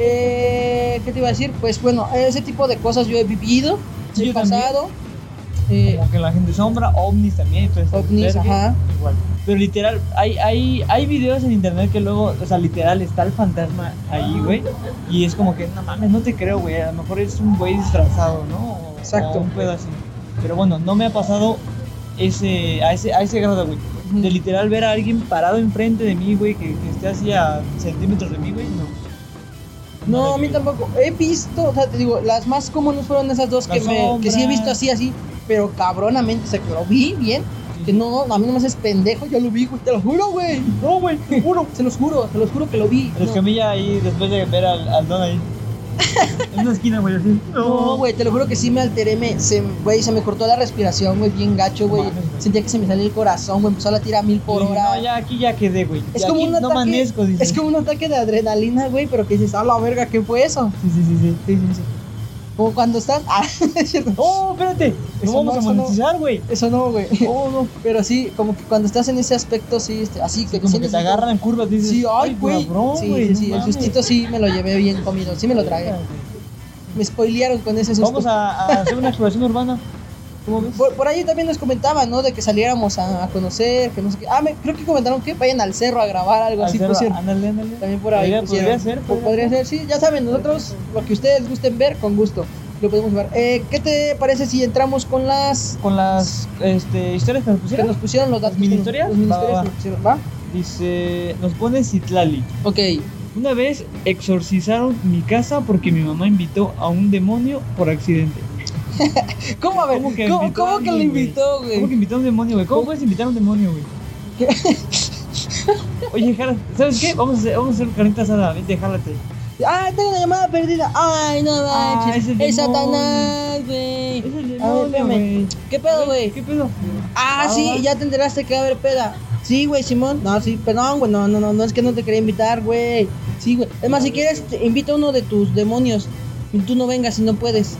Speaker 2: Eh, ¿Qué te iba a decir? Pues bueno, ese tipo de cosas yo he vivido,
Speaker 1: Sí,
Speaker 2: he
Speaker 1: yo también.
Speaker 2: pasado. eh,
Speaker 1: Como que la gente sombra, ovnis también, entonces
Speaker 2: ovnis,
Speaker 1: verga,
Speaker 2: ajá.
Speaker 1: igual. Pero literal, hay, hay, hay videos en internet que luego, o sea, literal está el fantasma ahí, güey. Y es como que, no mames, no te creo, güey. A lo mejor es un güey disfrazado, ¿no? O-
Speaker 2: Exacto.
Speaker 1: o un pedo así. Pero bueno, no me ha pasado ese, a, ese, a ese grado, güey.
Speaker 2: Ujú.
Speaker 1: De literal ver a alguien parado enfrente de mí, güey, que, que esté así a centímetros de mí, güey, no.
Speaker 2: No,
Speaker 1: Nada
Speaker 2: a mí
Speaker 1: que-
Speaker 2: tampoco. He visto, o sea, te digo, las más comunes fueron esas dos
Speaker 1: La
Speaker 2: que, me, que sí he visto
Speaker 1: sombra.
Speaker 2: así, así, pero cabronamente, o sea, que lo vi bien.
Speaker 1: Sí.
Speaker 2: Que no, a mí nomás es pendejo, yo lo vi, güey, te lo juro, güey.
Speaker 1: No, güey, seguro.
Speaker 2: Se los juro, se los juro que lo vi.
Speaker 1: El
Speaker 2: No,
Speaker 1: escamilla ahí, después de ver al, al don ahí. en una esquina, güey, así.
Speaker 2: No, güey, te lo juro que sí me alteré, me, se, güey, se me cortó la respiración, güey, bien gacho, güey.
Speaker 1: Mames, güey.
Speaker 2: Sentía que se me salía el corazón, güey, empezó a latir a mil
Speaker 1: Yo
Speaker 2: por
Speaker 1: dije,
Speaker 2: hora.
Speaker 1: No, ya aquí ya quedé, güey.
Speaker 2: Es
Speaker 1: Ya
Speaker 2: como
Speaker 1: aquí
Speaker 2: un
Speaker 1: No
Speaker 2: ataque-
Speaker 1: amanezco, dice.
Speaker 2: Es como un ataque de adrenalina, güey, pero que dices, a la verga, ¿qué fue eso?
Speaker 1: Sí, sí, sí, sí.
Speaker 2: Sí, sí, sí. Como cuando estás. Ah, es cierto.
Speaker 1: ¡Oh, espérate! No
Speaker 2: Eso
Speaker 1: vamos
Speaker 2: no,
Speaker 1: a
Speaker 2: eso no.
Speaker 1: monetizar, güey.
Speaker 2: Eso no, güey.
Speaker 1: Oh, no.
Speaker 2: Pero sí, como que cuando estás en ese aspecto, sí, este, así que
Speaker 1: Como que
Speaker 2: sientes
Speaker 1: te
Speaker 2: así
Speaker 1: agarran en curvas,
Speaker 2: como-
Speaker 1: dices.
Speaker 2: Sí, ay, güey.
Speaker 1: cabrón,
Speaker 2: Sí,
Speaker 1: güey,
Speaker 2: sí,
Speaker 1: no
Speaker 2: sí, el
Speaker 1: mames".
Speaker 2: sustito sí me lo llevé bien comido, sí me lo tragué. Me spoilearon con ese susto.
Speaker 1: Vamos a, a hacer una exploración urbana. ¿Cómo ves?
Speaker 2: Por, por ahí también nos comentaban, ¿no? De que saliéramos a, a conocer, que no sé qué. Ah, me, creo que comentaron que vayan al cerro a grabar algo
Speaker 1: Al
Speaker 2: así,
Speaker 1: cerro,
Speaker 2: pusieron.
Speaker 1: Ándale, ándale.
Speaker 2: pues, También por ahí.
Speaker 1: Podría-
Speaker 2: pusieron.
Speaker 1: podría ser,
Speaker 2: Po-
Speaker 1: podría
Speaker 2: Podría
Speaker 1: ser.
Speaker 2: ser, sí. Ya saben, nosotros lo que ustedes gusten ver, con gusto. Lo podemos llevar. Eh, ¿Qué te parece si entramos con las
Speaker 1: Con las este, historias que nos
Speaker 2: que
Speaker 1: pusieron,
Speaker 2: nos pusieron los datos?
Speaker 1: ¿Las mini historias?
Speaker 2: Los mini
Speaker 1: Va, va,
Speaker 2: historias
Speaker 1: va.
Speaker 2: que nos pusieron, ¿va?
Speaker 1: dice. Nos pone Citlali.
Speaker 2: Ok.
Speaker 1: Una vez exorcizaron mi casa porque mi mamá invitó a un demonio por accidente.
Speaker 2: ¿Cómo a ver?
Speaker 1: ¿Cómo
Speaker 2: ¿Cómo
Speaker 1: que
Speaker 2: que, ¿cómo,
Speaker 1: invitó a
Speaker 2: que
Speaker 1: alguien,
Speaker 2: lo
Speaker 1: güey?
Speaker 2: invitó,
Speaker 1: ¿Cómo que
Speaker 2: güey?
Speaker 1: invitó a un demonio, güey? ¿Cómo
Speaker 2: ¿Cómo?
Speaker 1: puedes invitar a un demonio, güey?
Speaker 2: ¿Qué?
Speaker 1: Oye, jala, ¿sabes qué? Vamos a hacer, vamos a hacer carnita asada, vente, jálate.
Speaker 2: Ah, tengo una llamada perdida. Ay, no
Speaker 1: Ah,
Speaker 2: manches.
Speaker 1: es el
Speaker 2: es
Speaker 1: demonio.
Speaker 2: Satanás, güey.
Speaker 1: Es el
Speaker 2: A ver,
Speaker 1: demonio,
Speaker 2: espérame.
Speaker 1: güey.
Speaker 2: ¿Qué pedo, güey?
Speaker 1: ¿Qué pedo?
Speaker 2: Ah,
Speaker 1: Ah,
Speaker 2: sí,
Speaker 1: va.
Speaker 2: ya te enteraste que va a haber peda. Sí, güey, Simón. No, sí, perdón, güey. No, no, no, no es que no te quería invitar, güey. Sí, güey. Es más, si quieres, te invita a uno de tus demonios. Y tú no vengas si no puedes.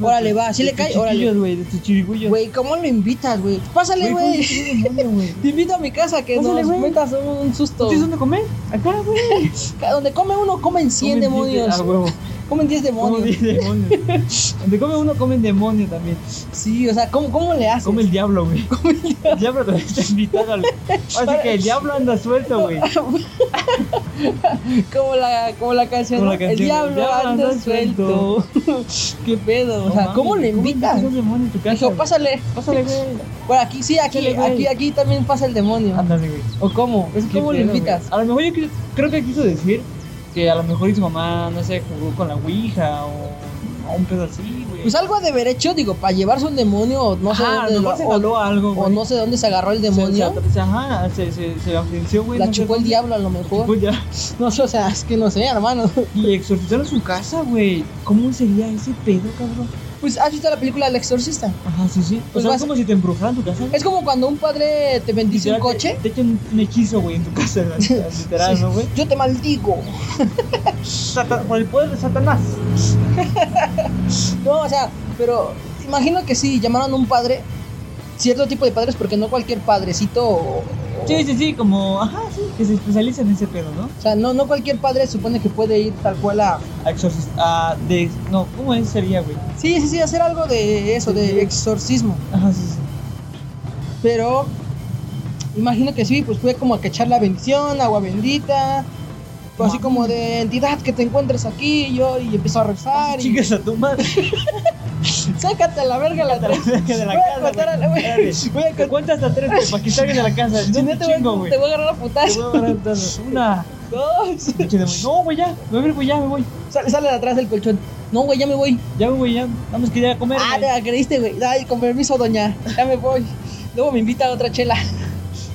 Speaker 2: Órale, va.
Speaker 1: pues, De
Speaker 2: Si le
Speaker 1: tus
Speaker 2: cae, órale.
Speaker 1: chiquillos, güey, de tus chirigullos.
Speaker 2: Güey, ¿cómo lo invitas, güey? Pues Pásale,
Speaker 1: ¿cómo
Speaker 2: güey.
Speaker 1: es un demonio, güey?
Speaker 2: Te invito a mi casa que
Speaker 1: pues, Pásale,
Speaker 2: nos
Speaker 1: güey.
Speaker 2: metas un
Speaker 1: ¿No
Speaker 2: susto.
Speaker 1: tienes dónde comer? Acá, güey.
Speaker 2: Donde come uno, comen 100
Speaker 1: Comen diez-
Speaker 2: demonios.
Speaker 1: Ah, huevo.
Speaker 2: Comen 10
Speaker 1: Como
Speaker 2: demonios.
Speaker 1: 10 demonios. Donde come uno, comen demonio también.
Speaker 2: Sí, o sea, ¿cómo, cómo le haces?
Speaker 1: Come el diablo, güey. El diablo también está invitado. al- Así que el diablo anda suelto, güey.
Speaker 2: como, la, como la canción,
Speaker 1: Como la
Speaker 2: ¿no?
Speaker 1: canción,
Speaker 2: El diablo anda, suelto. ¿Qué pedo? O
Speaker 1: No
Speaker 2: sea,
Speaker 1: mames,
Speaker 2: ¿cómo le
Speaker 1: invitas
Speaker 2: invitas?
Speaker 1: a un demonio en tu casa?
Speaker 2: Dijo,
Speaker 1: güey?
Speaker 2: pásale.
Speaker 1: Pásale, güey.
Speaker 2: Por aquí, sí, aquí,
Speaker 1: Pásale, güey.
Speaker 2: aquí, aquí también pasa el demonio.
Speaker 1: Ándale, güey.
Speaker 2: ¿O cómo? ¿Es
Speaker 1: Qué
Speaker 2: Pues, ¿Cómo le
Speaker 1: pedo, güey.
Speaker 2: invitas?
Speaker 1: A lo mejor yo cre- creo que quiso decir que a lo mejor y su mamá, no sé, jugó con la Ouija o, o un pedo así, güey.
Speaker 2: Pues algo de haber hecho, digo, para llevarse un demonio, o no sé
Speaker 1: Ajá, a
Speaker 2: dónde
Speaker 1: lo
Speaker 2: lo-
Speaker 1: mejor se jaló algo,
Speaker 2: o,
Speaker 1: güey.
Speaker 2: o no sé dónde se agarró el
Speaker 1: Se-
Speaker 2: demonio.
Speaker 1: Se, se- ajá, se, se, se afianció, güey.
Speaker 2: la
Speaker 1: no sé
Speaker 2: chupó el
Speaker 1: dónde.
Speaker 2: diablo a lo
Speaker 1: Chupó
Speaker 2: mejor.
Speaker 1: el diablo.
Speaker 2: Pues, No sé, o sea, es que no sé, hermano.
Speaker 1: Y exorcizaron su casa, güey. ¿Cómo sería ese pedo, cabrón?
Speaker 2: Pues has visto la película El Exorcista.
Speaker 1: Ajá, sí, sí. O
Speaker 2: Pues
Speaker 1: sea,
Speaker 2: vas-
Speaker 1: es como si te embrujaran tu casa.
Speaker 2: Es como cuando un padre te bendice un
Speaker 1: Literal, te-
Speaker 2: coche.
Speaker 1: Te echan un hechizo, güey, en tu casa. güey. Literal,
Speaker 2: Sí.
Speaker 1: ¿no, güey?
Speaker 2: Yo te maldigo.
Speaker 1: Satan- Por el poder de Satanás.
Speaker 2: No, o sea, pero imagino que sí, llamaron a un padre, cierto tipo de padres, porque no cualquier padrecito. o- o-
Speaker 1: Sí, sí, sí, como, ajá, sí, que se especializan en ese pedo, ¿no?
Speaker 2: O sea, no, no cualquier padre supone que puede ir tal cual a.
Speaker 1: A exorcista, a de, no, ¿cómo es? Sería, güey.
Speaker 2: Sí, sí, sí, hacer algo de eso, de exorcismo.
Speaker 1: Ajá, sí, sí.
Speaker 2: Pero imagino que sí, pues fue como que echar la bendición, agua bendita. o así como de entidad que te encuentres aquí, y yo y empiezo a rezar. Y,
Speaker 1: Chicas a tu madre.
Speaker 2: Sácate a la verga la tres.
Speaker 1: de la
Speaker 2: Voy a
Speaker 1: casa,
Speaker 2: contar a la-
Speaker 1: güey.
Speaker 2: güey, voy a
Speaker 1: Te
Speaker 2: contar-
Speaker 1: cuentas hasta tres, güey, para que salgas de la casa.
Speaker 2: Si
Speaker 1: No
Speaker 2: no
Speaker 1: te
Speaker 2: te voy a-
Speaker 1: chingo, güey.
Speaker 2: te voy a agarrar a putas.
Speaker 1: Te voy a agarrar todas. Una,
Speaker 2: Dos.
Speaker 1: pinche demonio. No, güey, ya. Me voy, güey, ya me voy.
Speaker 2: Sale, sale de atrás del colchón. No, güey, ya me voy.
Speaker 1: Ya, güey, ya. Vamos que ya a comer.
Speaker 2: Ah,
Speaker 1: güey.
Speaker 2: te la creíste, güey. Ay, con permiso, doña. Ya me voy. Luego me invita a otra chela.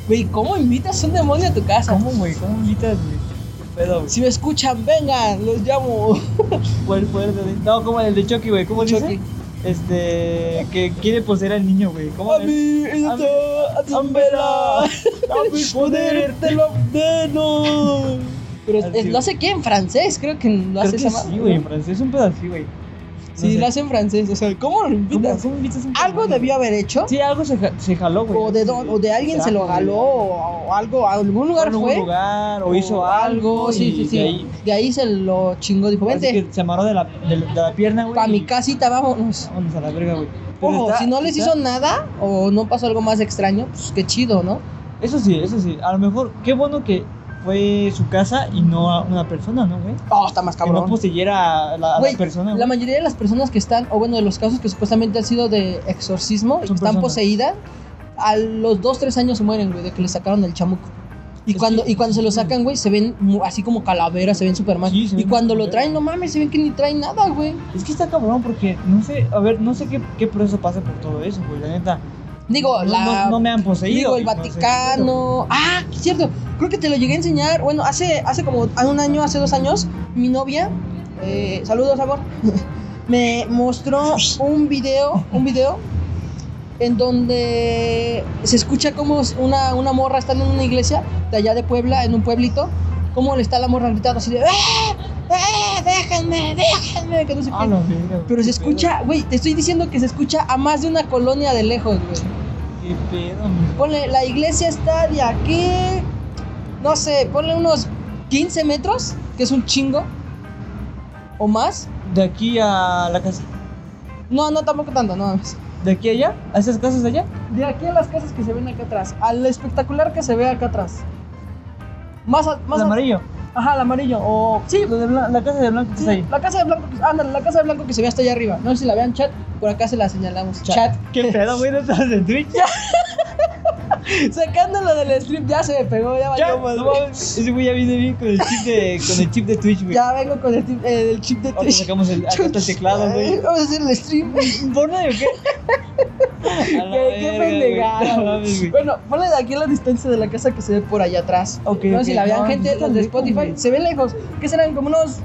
Speaker 2: Güey, ¿cómo invitas un demonio a tu casa?
Speaker 1: ¿Cómo, güey? ¿Cómo invitas, güey? Qué pedo, güey.
Speaker 2: Si me escuchan, vengan, los llamo.
Speaker 1: Por el poder de. No, como el de Chucky, güey. ¿Cómo
Speaker 2: Chucky.
Speaker 1: dice? Este. Que quiere poseer al niño, güey. ¿Cómo
Speaker 2: A
Speaker 1: es?
Speaker 2: mí, esta, a tu vela.
Speaker 1: ¡Dame poder!
Speaker 2: te lo ordeno. Pero es- lo hace que en francés, creo que lo
Speaker 1: Creo
Speaker 2: hace
Speaker 1: que
Speaker 2: esa madre,
Speaker 1: sí, güey, en
Speaker 2: ¿no?
Speaker 1: francés, un pedo así, güey.
Speaker 2: Sí,
Speaker 1: sé.
Speaker 2: lo hace en francés. O sea, ¿cómo lo
Speaker 1: ¿Cómo,
Speaker 2: invitas?
Speaker 1: cómo invitas a un
Speaker 2: Algo
Speaker 1: cabrón,
Speaker 2: debió haber hecho.
Speaker 1: güey? Sí, algo se, ja- se jaló, güey.
Speaker 2: O de, don- o de alguien se lo
Speaker 1: Trajo, güey.
Speaker 2: jaló, o algo, a algún
Speaker 1: Fue
Speaker 2: lugar
Speaker 1: en algún
Speaker 2: fue.
Speaker 1: lugar, o hizo algo.
Speaker 2: sí,
Speaker 1: y
Speaker 2: sí, sí.
Speaker 1: de ahí-
Speaker 2: se lo chingó, dijo,
Speaker 1: parece
Speaker 2: vente,
Speaker 1: que se amarró de la, de, la- de la pierna, güey.
Speaker 2: pa'
Speaker 1: y-
Speaker 2: mi casita, vámonos.
Speaker 1: Vámonos a la verga, güey. Pero
Speaker 2: Ojo,
Speaker 1: Pues está-
Speaker 2: si no les
Speaker 1: está-
Speaker 2: hizo nada o no pasó algo más extraño, pues qué chido, ¿no?
Speaker 1: Eso sí, eso sí. A lo mejor, qué bueno que fue su casa y no a una persona, ¿no, güey?
Speaker 2: Oh, está más
Speaker 1: Que no
Speaker 2: cabrón.
Speaker 1: poseyera a la, a la
Speaker 2: Güey,
Speaker 1: persona.
Speaker 2: La
Speaker 1: güey.
Speaker 2: mayoría de las personas que están, o bueno, de los casos que supuestamente han sido de exorcismo y que
Speaker 1: Son
Speaker 2: están
Speaker 1: personas.
Speaker 2: poseídas, a los 2, 3 años se mueren, güey, de que le sacaron el chamuco. Y
Speaker 1: Es
Speaker 2: cuando,
Speaker 1: que-
Speaker 2: y cuando se lo sacan, güey, se ven mu- así como calaveras, se ven super mal.
Speaker 1: Sí, se
Speaker 2: y
Speaker 1: ven
Speaker 2: cuando lo
Speaker 1: calaveras.
Speaker 2: traen, no mames, se ven que ni traen nada, güey.
Speaker 1: Es que está cabrón porque no sé, a ver, no sé qué, qué proceso pasa por todo eso, güey. La neta.
Speaker 2: Digo,
Speaker 1: no,
Speaker 2: la...
Speaker 1: no, no me han poseído.
Speaker 2: Digo, el
Speaker 1: no sé qué pedo.
Speaker 2: Vaticano. Ah, cierto. Creo que te lo llegué a enseñar. Bueno, hace, hace como a un año, hace dos años, mi novia, eh, saludos, amor, me mostró un video, un video en donde se escucha como una, una morra está en una iglesia de allá de Puebla, en un pueblito, cómo le está la morra gritando así de, ¡Eh! ¡Eh! ¡Déjenme! ¡Déjenme! Que no sé
Speaker 1: Ah,
Speaker 2: qué.
Speaker 1: la verga,
Speaker 2: Pero se
Speaker 1: qué
Speaker 2: escucha, güey, te estoy diciendo que se escucha a más de una colonia de lejos, güey.
Speaker 1: pedo, Qué pedo, mi-
Speaker 2: Ponle, la iglesia está de aquí, no sé, ponle unos 15 metros, que es un chingo, o más.
Speaker 1: De aquí a la casa.
Speaker 2: No, no, tampoco tanto, no mames.
Speaker 1: De aquí a allá, a esas casas de allá.
Speaker 2: De aquí a las casas que se ven acá atrás, al espectacular que se ve acá atrás. Más, a- más
Speaker 1: el
Speaker 2: a-
Speaker 1: amarillo.
Speaker 2: Ajá, el amarillo, o... Sí,
Speaker 1: Lo de blan- la casa de blanco que
Speaker 2: sí,
Speaker 1: está ahí.
Speaker 2: la casa de blanco, que- ándale, la casa de blanco que se ve hasta allá arriba. No sé si la vean, chat, por acá se la señalamos. Chat.
Speaker 1: ¿Qué pedo, güey? ¿No estás en Twitch?
Speaker 2: Sacándolo del strip ya se me pegó, ya
Speaker 1: Ya,
Speaker 2: valió,
Speaker 1: no
Speaker 2: güey.
Speaker 1: mames. Ese güey ya viene bien con el chip de, con el chip de Twitch, güey.
Speaker 2: Ya vengo con el, tip- eh, el chip de
Speaker 1: Ahora sacamos el, acá está el teclado, güey.
Speaker 2: Vamos a hacer el stream.
Speaker 1: ¿Porno de o qué? A la
Speaker 2: Qué, qué
Speaker 1: verga, güey.
Speaker 2: pendejada,
Speaker 1: No
Speaker 2: güey.
Speaker 1: mames, güey.
Speaker 2: Bueno, ponle de aquí la distancia de la casa que se ve por allá atrás.
Speaker 1: Ok,
Speaker 2: no
Speaker 1: ok,
Speaker 2: si la vean
Speaker 1: no,
Speaker 2: gente,
Speaker 1: está
Speaker 2: los de
Speaker 1: lejos,
Speaker 2: Spotify.
Speaker 1: güey.
Speaker 2: Se ve lejos. ¿Qué serán? Como unos.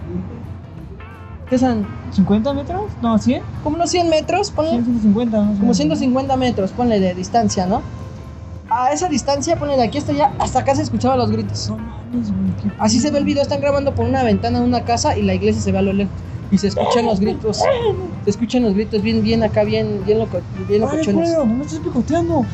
Speaker 2: ¿Qué serán?
Speaker 1: ¿50 metros? No, 100.
Speaker 2: Como unos 100 metros, ponle.
Speaker 1: 150. más o
Speaker 2: Como
Speaker 1: menos.
Speaker 2: 150 metros, ponle de distancia, ¿no? A esa distancia, ponle de aquí hasta allá. Hasta acá se escuchaban los gritos.
Speaker 1: No mames, güey. qué
Speaker 2: Así se ve el video. Están grabando por una ventana de una casa y la iglesia se ve a lo lejos. Y se escuchan los gritos. Se escuchan los gritos bien, bien acá, bien, bien, loco,
Speaker 1: Vale, pues.
Speaker 2: bien locochones.
Speaker 1: culero, no me estés picoteando.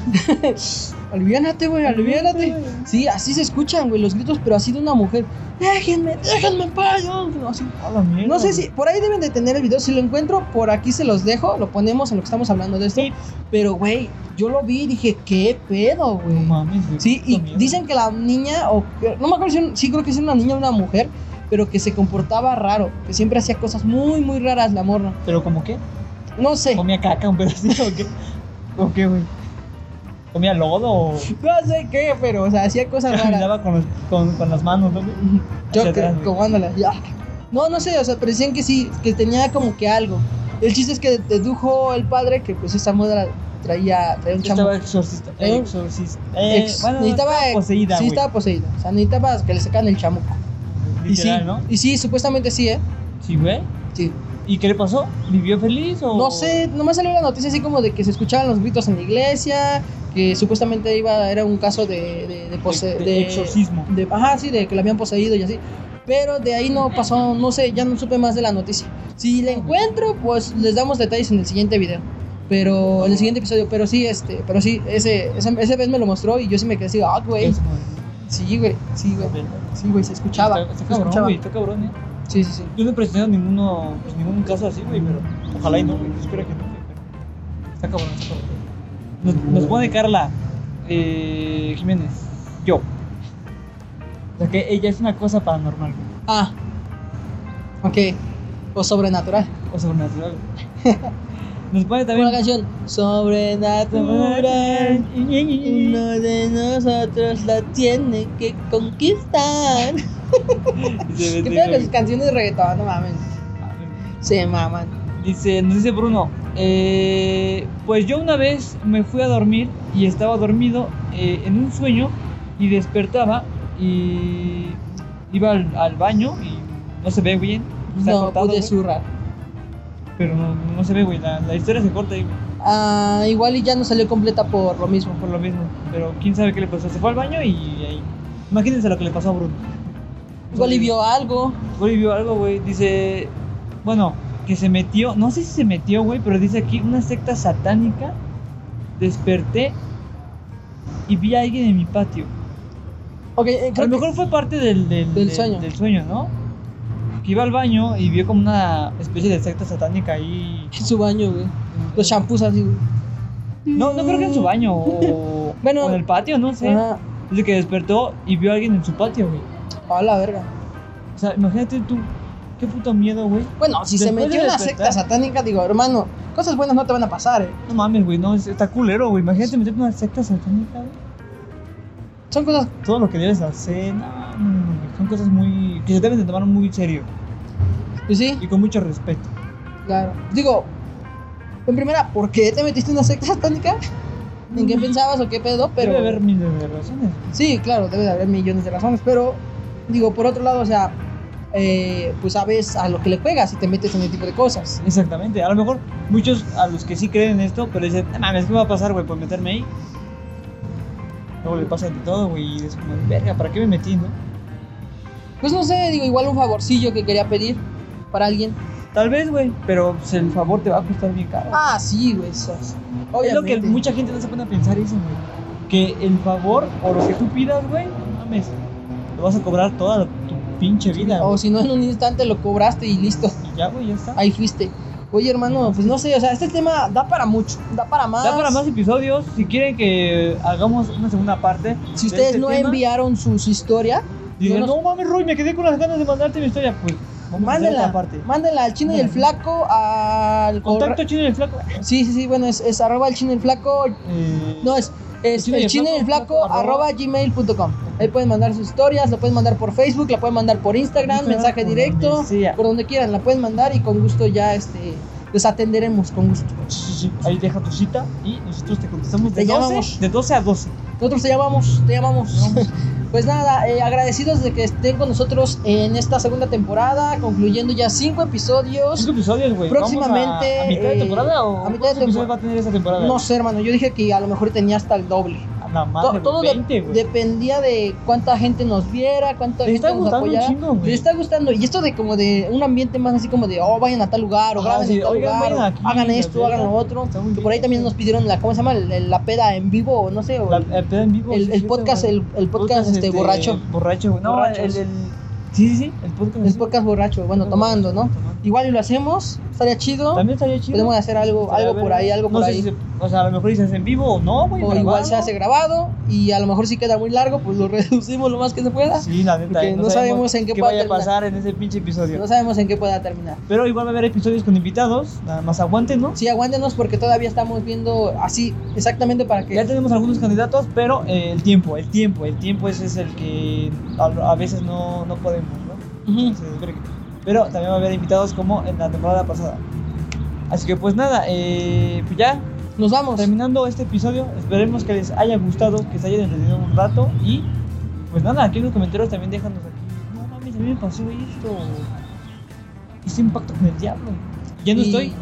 Speaker 2: Aliviánate, güey, aliviánate.
Speaker 1: Aliviánate, güey.
Speaker 2: Sí, así se escuchan, güey, los gritos, pero así de una mujer. Déjenme, déjenme en paz. yo", no, así.
Speaker 1: A la mierda.
Speaker 2: No sé
Speaker 1: güey.
Speaker 2: si por ahí deben de tener el video. Si lo encuentro, por aquí se los dejo. Lo ponemos en lo que estamos hablando de esto.
Speaker 1: Sí.
Speaker 2: Pero, güey, yo lo vi y dije, ¿qué pedo, güey?
Speaker 1: No mames, güey.
Speaker 2: Sí, y
Speaker 1: puta mierda.
Speaker 2: dicen que la niña, o que- no me acuerdo si era- sí creo que es una niña o una mujer, pero que se comportaba raro, que siempre hacía cosas muy, muy raras la morra.
Speaker 1: ¿Pero como qué?
Speaker 2: No sé.
Speaker 1: ¿Comía caca un pedacito o qué? ¿O qué, güey? ¿Comía lodo o.?
Speaker 2: No sé qué, pero, o sea, hacía cosas raras.
Speaker 1: Caminaba con, los- con, con las manos, ¿no? güey?
Speaker 2: Yo
Speaker 1: Hacia
Speaker 2: que-
Speaker 1: atrás, güey.
Speaker 2: como ándale, ya. No, no sé, o sea, pero decían que sí, que tenía como que algo. El chiste es que dedujo el padre que pues esa moda traía, traía un chamo.
Speaker 1: Estaba exorcista.
Speaker 2: Eh,
Speaker 1: Exorcista. Eh,
Speaker 2: Ex-
Speaker 1: bueno, no, estaba
Speaker 2: eh,
Speaker 1: poseída,
Speaker 2: Sí,
Speaker 1: güey.
Speaker 2: estaba poseída. O sea, necesitaba que le sacaran el chamuco.
Speaker 1: Literal,
Speaker 2: y sí,
Speaker 1: ¿no?
Speaker 2: y sí, supuestamente sí, ¿eh?
Speaker 1: Sí, güey.
Speaker 2: Sí.
Speaker 1: ¿Y qué le pasó? ¿Vivió feliz o...?
Speaker 2: No sé, nomás salió la noticia así como de que se escuchaban los gritos en la iglesia, que supuestamente iba, era un caso de... De, de pose-
Speaker 1: de
Speaker 2: de-
Speaker 1: exorcismo.
Speaker 2: de- ajá, sí, de que la habían poseído y así. Pero de ahí no pasó, no sé, ya no supe más de la noticia. Si la encuentro, pues les damos detalles en el siguiente video. Pero en el siguiente episodio, pero sí, este, pero sí, ese, ese, ese vez me lo mostró y yo sí me quedé así, ah, güey.
Speaker 1: Es-
Speaker 2: Sí, güey, sí, güey. Sí, güey, se escuchaba.
Speaker 1: Está, está
Speaker 2: se
Speaker 1: cabrón,
Speaker 2: escuchaba.
Speaker 1: güey, está cabrón, ¿eh?
Speaker 2: Sí, sí, sí.
Speaker 1: Yo no he presenciado ninguno, pues, ningún caso así, güey, pero ojalá y no, güey. Espero que no, güey, pero Está cabrón, está cabrón. Nos, nos pone Carla eh, Jiménez, yo. La que ella es una cosa paranormal, güey,
Speaker 2: Ah. Ok. O sobrenatural.
Speaker 1: o sobrenatural. güey. Nos pone
Speaker 2: Una
Speaker 1: también.
Speaker 2: canción. Sobrenatural. Uno de nosotros la tiene que conquistar. ¿Qué pedo con las canciones de reggaetón? No mames. Se maman.
Speaker 1: Dice, nos dice Bruno, eh, pues yo una vez me fui a dormir y estaba dormido eh, en un sueño y despertaba y iba al, al baño y no se ve bien. Está
Speaker 2: No
Speaker 1: cortado,
Speaker 2: pude
Speaker 1: güey,
Speaker 2: zurrar.
Speaker 1: pero no, no se ve, güey. La, la historia se corta ahí, güey,
Speaker 2: Ah, igual y ya no salió completa por lo mismo.
Speaker 1: por lo mismo. Pero quién sabe qué le pasó. Se fue al baño y ahí. Imagínense lo que le pasó a Bruno.
Speaker 2: Igual y vio algo.
Speaker 1: Güey, vio algo, güey. Dice, bueno, que se metió, no sé si se metió, güey, pero dice aquí una secta satánica. Desperté y vi a alguien en mi patio.
Speaker 2: Ok, eh,
Speaker 1: A
Speaker 2: creo
Speaker 1: lo
Speaker 2: que
Speaker 1: mejor fue parte del, del,
Speaker 2: Del sueño.
Speaker 1: del sueño, ¿no? Que iba al baño y vio como una especie de secta satánica ahí.
Speaker 2: en su baño, güey. Los champús así, güey.
Speaker 1: No, no creo que en su baño o,
Speaker 2: Bueno.
Speaker 1: o en el patio, no sé.
Speaker 2: Ajá.
Speaker 1: Dice que despertó y vio a alguien en su patio, güey.
Speaker 2: A la verga.
Speaker 1: O sea, imagínate tú, qué puto miedo, güey.
Speaker 2: Bueno, si se
Speaker 1: Después de
Speaker 2: metió en la secta
Speaker 1: despertar.
Speaker 2: satánica, digo, hermano, cosas buenas no te van a pasar, eh.
Speaker 1: No mames, güey, no, es- está culero, güey. Imagínate meterte en una secta satánica, güey.
Speaker 2: Son cosas.
Speaker 1: Todo lo que debes hacer, no, no, no, güey, son cosas muy. que se deben de tomar muy en serio
Speaker 2: Pues sí,
Speaker 1: y con mucho respeto.
Speaker 2: claro. Digo, en primera, ¿por qué te metiste en una secta satánica? ¿En qué pensabas o qué pedo? Pero.
Speaker 1: Debe haber miles de razones.
Speaker 2: Sí, claro, debe de haber millones de razones, pero digo, por otro lado, o sea, eh, pues sabes a lo que le pegas y te metes en ese tipo de cosas.
Speaker 1: Exactamente, a lo mejor muchos a los que sí creen en esto, pero dicen, no mames, ¿qué me va a pasar, güey, por meterme ahí? Luego le pasa de todo, güey, y es como, verga, ¿para qué me metí, no?
Speaker 2: Pues no sé, digo, igual un favorcillo que quería pedir para alguien.
Speaker 1: Tal vez, güey, pero pues, el favor te va a costar bien caro.
Speaker 2: Ah, sí, güey, eso.
Speaker 1: Es lo que
Speaker 2: Obviamente.
Speaker 1: mucha gente no se pone a pensar eso, güey. Que el favor o lo que tú pidas, güey, no mames, lo vas a cobrar toda tu pinche vida.
Speaker 2: O
Speaker 1: güey.
Speaker 2: si no, en un instante lo cobraste y listo.
Speaker 1: Y ya, güey, ya está.
Speaker 2: Ahí fuiste. Oye, hermano, pues no sé, o sea, este tema da para mucho, da para más.
Speaker 1: Da para más episodios. Si quieren que hagamos una segunda parte.
Speaker 2: Si
Speaker 1: de
Speaker 2: ustedes
Speaker 1: este
Speaker 2: no
Speaker 1: tema,
Speaker 2: enviaron sus historias,
Speaker 1: Dicen,
Speaker 2: no
Speaker 1: no,
Speaker 2: nos-
Speaker 1: mames, Roy, me quedé con las ganas de mandarte mi historia. Pues, vamos a hacer
Speaker 2: mándenla.
Speaker 1: otra parte.
Speaker 2: Mándenla al chino y el flaco, al corre-
Speaker 1: Contacto chino y el flaco.
Speaker 2: Sí, sí, sí, bueno, es, es arroba el chino y el flaco.
Speaker 1: Eh,
Speaker 2: No, es, es
Speaker 1: El chino y
Speaker 2: el
Speaker 1: el
Speaker 2: chino y el flaco, arroba gmail.com. Ahí pueden mandar sus historias, la pueden mandar por Facebook, la pueden mandar por Instagram,
Speaker 1: Instagram,
Speaker 2: mensaje
Speaker 1: por
Speaker 2: directo,
Speaker 1: donde sea.
Speaker 2: por donde quieran, la pueden mandar y con gusto ya este, les atenderemos, con gusto.
Speaker 1: sí, sí, Ahí deja tu cita y nosotros te contestamos de,
Speaker 2: Te
Speaker 1: 12,
Speaker 2: llamamos.
Speaker 1: de 12 a 12.
Speaker 2: Nosotros te llamamos, te llamamos.
Speaker 1: Vamos.
Speaker 2: Pues nada, eh, agradecidos de que estén con nosotros en esta segunda temporada, concluyendo ya cinco episodios.
Speaker 1: Cinco episodios, güey. ¿Vamos a-
Speaker 2: Próximamente,
Speaker 1: ¿A, mitad de
Speaker 2: eh,
Speaker 1: temporada o
Speaker 2: a mitad de
Speaker 1: cuántos episodios
Speaker 2: tempor-
Speaker 1: va a tener esa temporada?
Speaker 2: No sé, hermano, yo dije que a lo mejor tenía hasta el doble.
Speaker 1: A la
Speaker 2: To-
Speaker 1: madre,
Speaker 2: todo
Speaker 1: güey,
Speaker 2: de-
Speaker 1: 20, güey.
Speaker 2: dependía de cuánta gente nos viera,
Speaker 1: Te
Speaker 2: cuánta gente
Speaker 1: está
Speaker 2: nos
Speaker 1: gustando un
Speaker 2: apoyara.
Speaker 1: chingo, güey.
Speaker 2: Les está gustando. Y esto de como de un ambiente más así como de, oh, vayan a tal lugar, o
Speaker 1: Ajá,
Speaker 2: graben
Speaker 1: sí,
Speaker 2: en tal
Speaker 1: oigan,
Speaker 2: lugar,
Speaker 1: vayan
Speaker 2: o
Speaker 1: aquí,
Speaker 2: hagan
Speaker 1: la
Speaker 2: esto, hagan lo
Speaker 1: verga.
Speaker 2: otro.
Speaker 1: Está muy
Speaker 2: Que por ahí
Speaker 1: bien,
Speaker 2: también
Speaker 1: sí.
Speaker 2: nos pidieron la, ¿cómo se llama? La, la peda en vivo, o no sé, o
Speaker 1: La- eh,
Speaker 2: el,
Speaker 1: la peda en vivo,
Speaker 2: el-
Speaker 1: sí,
Speaker 2: el
Speaker 1: es cierto,
Speaker 2: podcast,
Speaker 1: güey.
Speaker 2: el, el podcast este, borracho.
Speaker 1: Borracho, güey. No,
Speaker 2: Borrachos.
Speaker 1: el, el. Sí, sí, sí. El podcast.
Speaker 2: El
Speaker 1: así.
Speaker 2: podcast borracho, bueno, tomando, ¿no?
Speaker 1: Tomando.
Speaker 2: Igual y lo hacemos, estaría chido.
Speaker 1: También estaría chido.
Speaker 2: Podemos hacer algo,
Speaker 1: Estaría
Speaker 2: algo por
Speaker 1: verga.
Speaker 2: ahí, algo
Speaker 1: No
Speaker 2: por
Speaker 1: sé
Speaker 2: ahí.
Speaker 1: si se- o sea, a lo mejor si se hace en vivo o no, güey.
Speaker 2: o igual se
Speaker 1: grabado.
Speaker 2: hace grabado y a lo mejor si queda muy largo, pues lo reducimos lo más que se pueda.
Speaker 1: Sí, la neta.
Speaker 2: Porque
Speaker 1: eh,
Speaker 2: no sabemos en qué pueda
Speaker 1: vaya a
Speaker 2: terminar.
Speaker 1: pasar en ese pinche episodio.
Speaker 2: No sabemos en qué pueda terminar.
Speaker 1: Pero igual va a haber episodios con invitados. Nada más aguántenos.
Speaker 2: Sí, aguántenos porque todavía estamos viendo así, exactamente para que...
Speaker 1: Ya tenemos algunos candidatos, pero eh, el tiempo, el tiempo, el tiempo ese es el que a, a veces no, no podemos, ¿no?
Speaker 2: Ujú.
Speaker 1: Se desverga. Pero también va a haber invitados como en la temporada pasada. Así que pues nada, eh, pues ya
Speaker 2: Nos vamos.
Speaker 1: terminando este episodio, esperemos que les haya gustado, que se hayan entendido un rato y pues nada, aquí en los comentarios también déjanos aquí. No mames, a mí me pasó esto. Hice un pacto Este con el diablo. Yendo
Speaker 2: Y-
Speaker 1: estoy.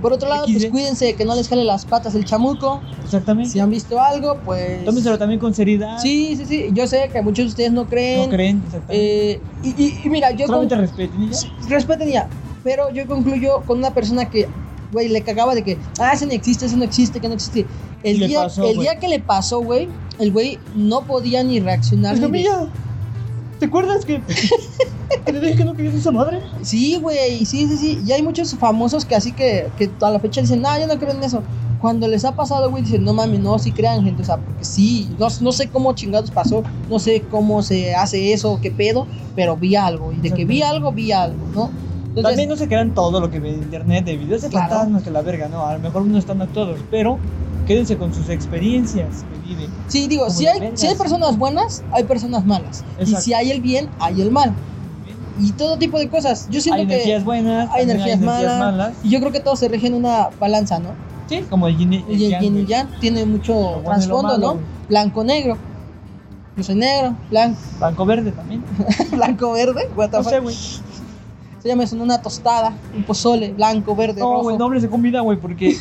Speaker 2: Por otro lado, pues
Speaker 1: XD.
Speaker 2: cuídense que no les jale las patas el chamuco.
Speaker 1: Exactamente.
Speaker 2: Si han visto algo, pues.
Speaker 1: Tómenselo también con seriedad.
Speaker 2: Sí, sí, sí. Yo sé que muchos de ustedes no creen.
Speaker 1: No creen, exactamente.
Speaker 2: Eh, y, y- y mira, yo.
Speaker 1: Solamente
Speaker 2: con-
Speaker 1: respeten y ya.
Speaker 2: Sí, Respeten ya. Pero yo concluyo con una persona que, güey, le cagaba de que, ah, ese no existe, ese no existe, que no existe. El,
Speaker 1: Y le
Speaker 2: día,
Speaker 1: pasó,
Speaker 2: el
Speaker 1: güey.
Speaker 2: día que le pasó, güey, el güey no podía ni
Speaker 1: Pues
Speaker 2: reaccionar. ni de-
Speaker 1: Escamilla, ¿te acuerdas que que te dije que no querías esa madre?
Speaker 2: Sí, güey, sí, sí, sí. Y hay muchos famosos que así que, que a la fecha dicen, no, yo no creo en eso. Cuando les ha pasado, güey, dicen, no mames, no, sí crean, gente, o sea, porque sí, no, no sé cómo chingados pasó, no sé cómo se hace eso, qué pedo, pero vi algo, y de que vi algo, vi algo, ¿no? Entonces,
Speaker 1: También no se crean todo lo que ve en internet de videos de
Speaker 2: Claro.
Speaker 1: fantasmas que la verga, no, a lo mejor no están actuados, pero quédense con sus experiencias que viven.
Speaker 2: sí, digo,
Speaker 1: como
Speaker 2: si
Speaker 1: de
Speaker 2: hay,
Speaker 1: vergas.
Speaker 2: si hay personas buenas, hay personas malas. Y
Speaker 1: Exacto.
Speaker 2: si hay el bien, hay el mal. Y todo tipo de cosas. Yo siento
Speaker 1: Hay
Speaker 2: que...
Speaker 1: energías buenas,
Speaker 2: hay
Speaker 1: también
Speaker 2: energías malas. Y yo creo que todo se rige en una balanza, ¿no?
Speaker 1: Sí, como el yin y el
Speaker 2: Y el
Speaker 1: yang,
Speaker 2: yin y
Speaker 1: güey.
Speaker 2: yang tiene mucho
Speaker 1: Lo bueno y lo
Speaker 2: trasfondo,
Speaker 1: malo,
Speaker 2: ¿no?
Speaker 1: güey.
Speaker 2: Blanco-negro. Yo soy negro, blanco,
Speaker 1: Banco Verde también.
Speaker 2: blanco-verde. What the
Speaker 1: No
Speaker 2: fuck?
Speaker 1: sé, güey.
Speaker 2: Se llama eso una tostada, un pozole, blanco, verde,
Speaker 1: No,
Speaker 2: rojo.
Speaker 1: güey, no hables de comida, güey, porque.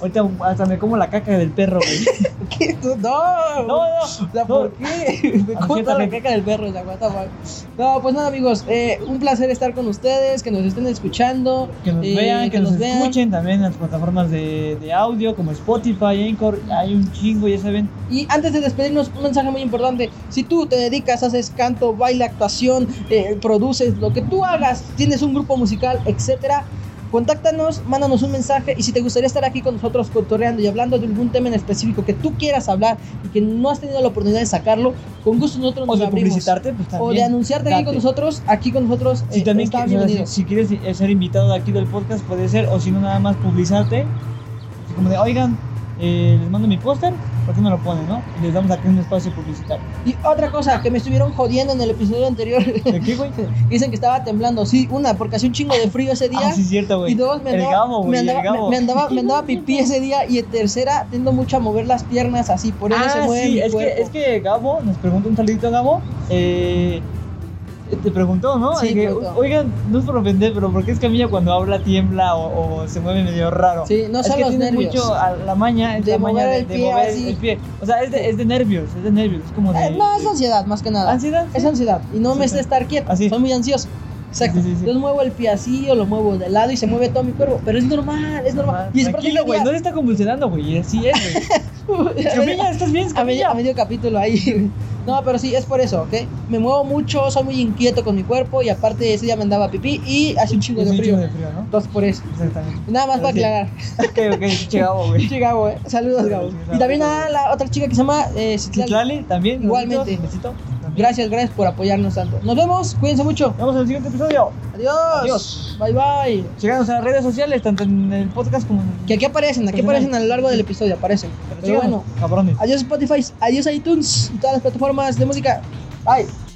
Speaker 1: Ahorita hasta me como la caca del perro, güey.
Speaker 2: ¿Qué? Tú- No,
Speaker 1: No,
Speaker 2: güey.
Speaker 1: no.
Speaker 2: O sea,
Speaker 1: no.
Speaker 2: ¿por qué? Me
Speaker 1: Así
Speaker 2: cuenta la
Speaker 1: también.
Speaker 2: caca del perro, o sea, what the fuck. No, pues nada, amigos. eh, un placer estar con ustedes, que nos estén escuchando.
Speaker 1: Que nos
Speaker 2: eh,
Speaker 1: vean, que, nos, escuchen también en las plataformas de, de audio como Spotify, Anchor, hay un chingo, ya saben.
Speaker 2: Y antes de despedirnos, un mensaje muy importante. Si tú te dedicas, haces canto, baile, actuación, eh, produces, lo que tú hagas, tienes un grupo musical, etcétera, contáctanos, mándanos un mensaje y si te gustaría estar aquí con nosotros cotorreando y hablando de algún tema en específico que tú quieras hablar y que no has tenido la oportunidad de sacarlo, con gusto nosotros
Speaker 1: O
Speaker 2: nos
Speaker 1: de
Speaker 2: abrimos.
Speaker 1: publicitarte, pues también.
Speaker 2: o de anunciarte aquí
Speaker 1: date.
Speaker 2: con nosotros, aquí con nosotros
Speaker 1: Si
Speaker 2: eh,
Speaker 1: también
Speaker 2: estás
Speaker 1: quieres-
Speaker 2: bienvenido.
Speaker 1: si, si quieres eh, ser invitado de aquí del podcast, puede ser, o si no, nada más publicarte. Así como de, oigan, eh, les mando mi póster, ¿por qué no lo ponen, no? Y les damos aquí un espacio publicitario.
Speaker 2: Y otra cosa que me estuvieron jodiendo en el episodio anterior,
Speaker 1: ¿De qué, güey?
Speaker 2: dicen que estaba temblando. Sí, una, porque hacía un chingo de frío ese día.
Speaker 1: Ah, sí, es cierto, güey.
Speaker 2: Y dos, me
Speaker 1: El
Speaker 2: andaba,
Speaker 1: gamo,
Speaker 2: me,
Speaker 1: güey, el
Speaker 2: andaba, me-
Speaker 1: gamo.
Speaker 2: me andaba- me andaba pipí ese día. Y en tercera, tiendo mucho a mover las piernas así, por eso se
Speaker 1: Ah,
Speaker 2: mueve
Speaker 1: sí,
Speaker 2: mi
Speaker 1: es que,
Speaker 2: cuerpo.
Speaker 1: es que Gabo nos preguntó un saludito, Gabo. eh, te preguntó, ¿no?
Speaker 2: Sí,
Speaker 1: De que,
Speaker 2: preguntó.
Speaker 1: Oigan, no es por ofender, pero ¿por qué es que a mí ya cuando habla tiembla o, o se mueve medio raro?
Speaker 2: Sí, no
Speaker 1: es
Speaker 2: son
Speaker 1: que
Speaker 2: los
Speaker 1: tiene
Speaker 2: nervios.
Speaker 1: mucho a la maña, es
Speaker 2: De
Speaker 1: la maña
Speaker 2: mover
Speaker 1: de,
Speaker 2: el
Speaker 1: de
Speaker 2: pie
Speaker 1: mover
Speaker 2: así.
Speaker 1: el pie. O sea, es de, es de nervios, es de nervios, es como de...
Speaker 2: Eh, no, es ansiedad, más que nada.
Speaker 1: ¿Ansiedad?
Speaker 2: Es ansiedad. Y no me
Speaker 1: Exacto.
Speaker 2: sé estar quieto.
Speaker 1: Así.
Speaker 2: Soy muy ansioso. Exacto.
Speaker 1: Sí, sí, sí.
Speaker 2: Entonces muevo el pie así o lo muevo de lado y se mueve todo mi cuerpo. Pero es normal, es normal. Y es parte
Speaker 1: Ah, Tranquilo,
Speaker 2: del
Speaker 1: güey,
Speaker 2: día.
Speaker 1: no le está convulsionando, güey, así es, güey.
Speaker 2: A medio-
Speaker 1: Escamilla, ¿estás bien,
Speaker 2: A medio,
Speaker 1: Escamilla?
Speaker 2: a medio capítulo ahí. No, pero sí, es por eso, ¿ok? Me muevo mucho, soy muy inquieto con mi cuerpo y aparte ese día me andaba pipí y hace un chingo
Speaker 1: Es
Speaker 2: de
Speaker 1: un
Speaker 2: frío.
Speaker 1: chingo de frío, ¿no?
Speaker 2: Entonces por eso.
Speaker 1: Exactamente.
Speaker 2: Nada más
Speaker 1: Pero
Speaker 2: para
Speaker 1: sí.
Speaker 2: aclarar.
Speaker 1: Ok, ok, che, Gabo, güey.
Speaker 2: Sí, Gabo, eh. Saludos, Gabo. Y también a la otra chica que se llama eh, Citlali.
Speaker 1: Citlali, también.
Speaker 2: Igualmente.
Speaker 1: Besito. También.
Speaker 2: Gracias, gracias por apoyarnos tanto. Nos vemos, cuídense mucho.
Speaker 1: Nos vemos en el siguiente episodio.
Speaker 2: Adiós.
Speaker 1: Adiós.
Speaker 2: Bye bye.
Speaker 1: Síganos en las redes sociales, tanto en el podcast como en
Speaker 2: Que aquí aparecen, aquí aparecen a lo largo del episodio, aparecen. Pues Pero
Speaker 1: síganos,
Speaker 2: bueno,
Speaker 1: cabrones.
Speaker 2: adiós Spotify, adiós iTunes y todas las plataformas de música. Bye.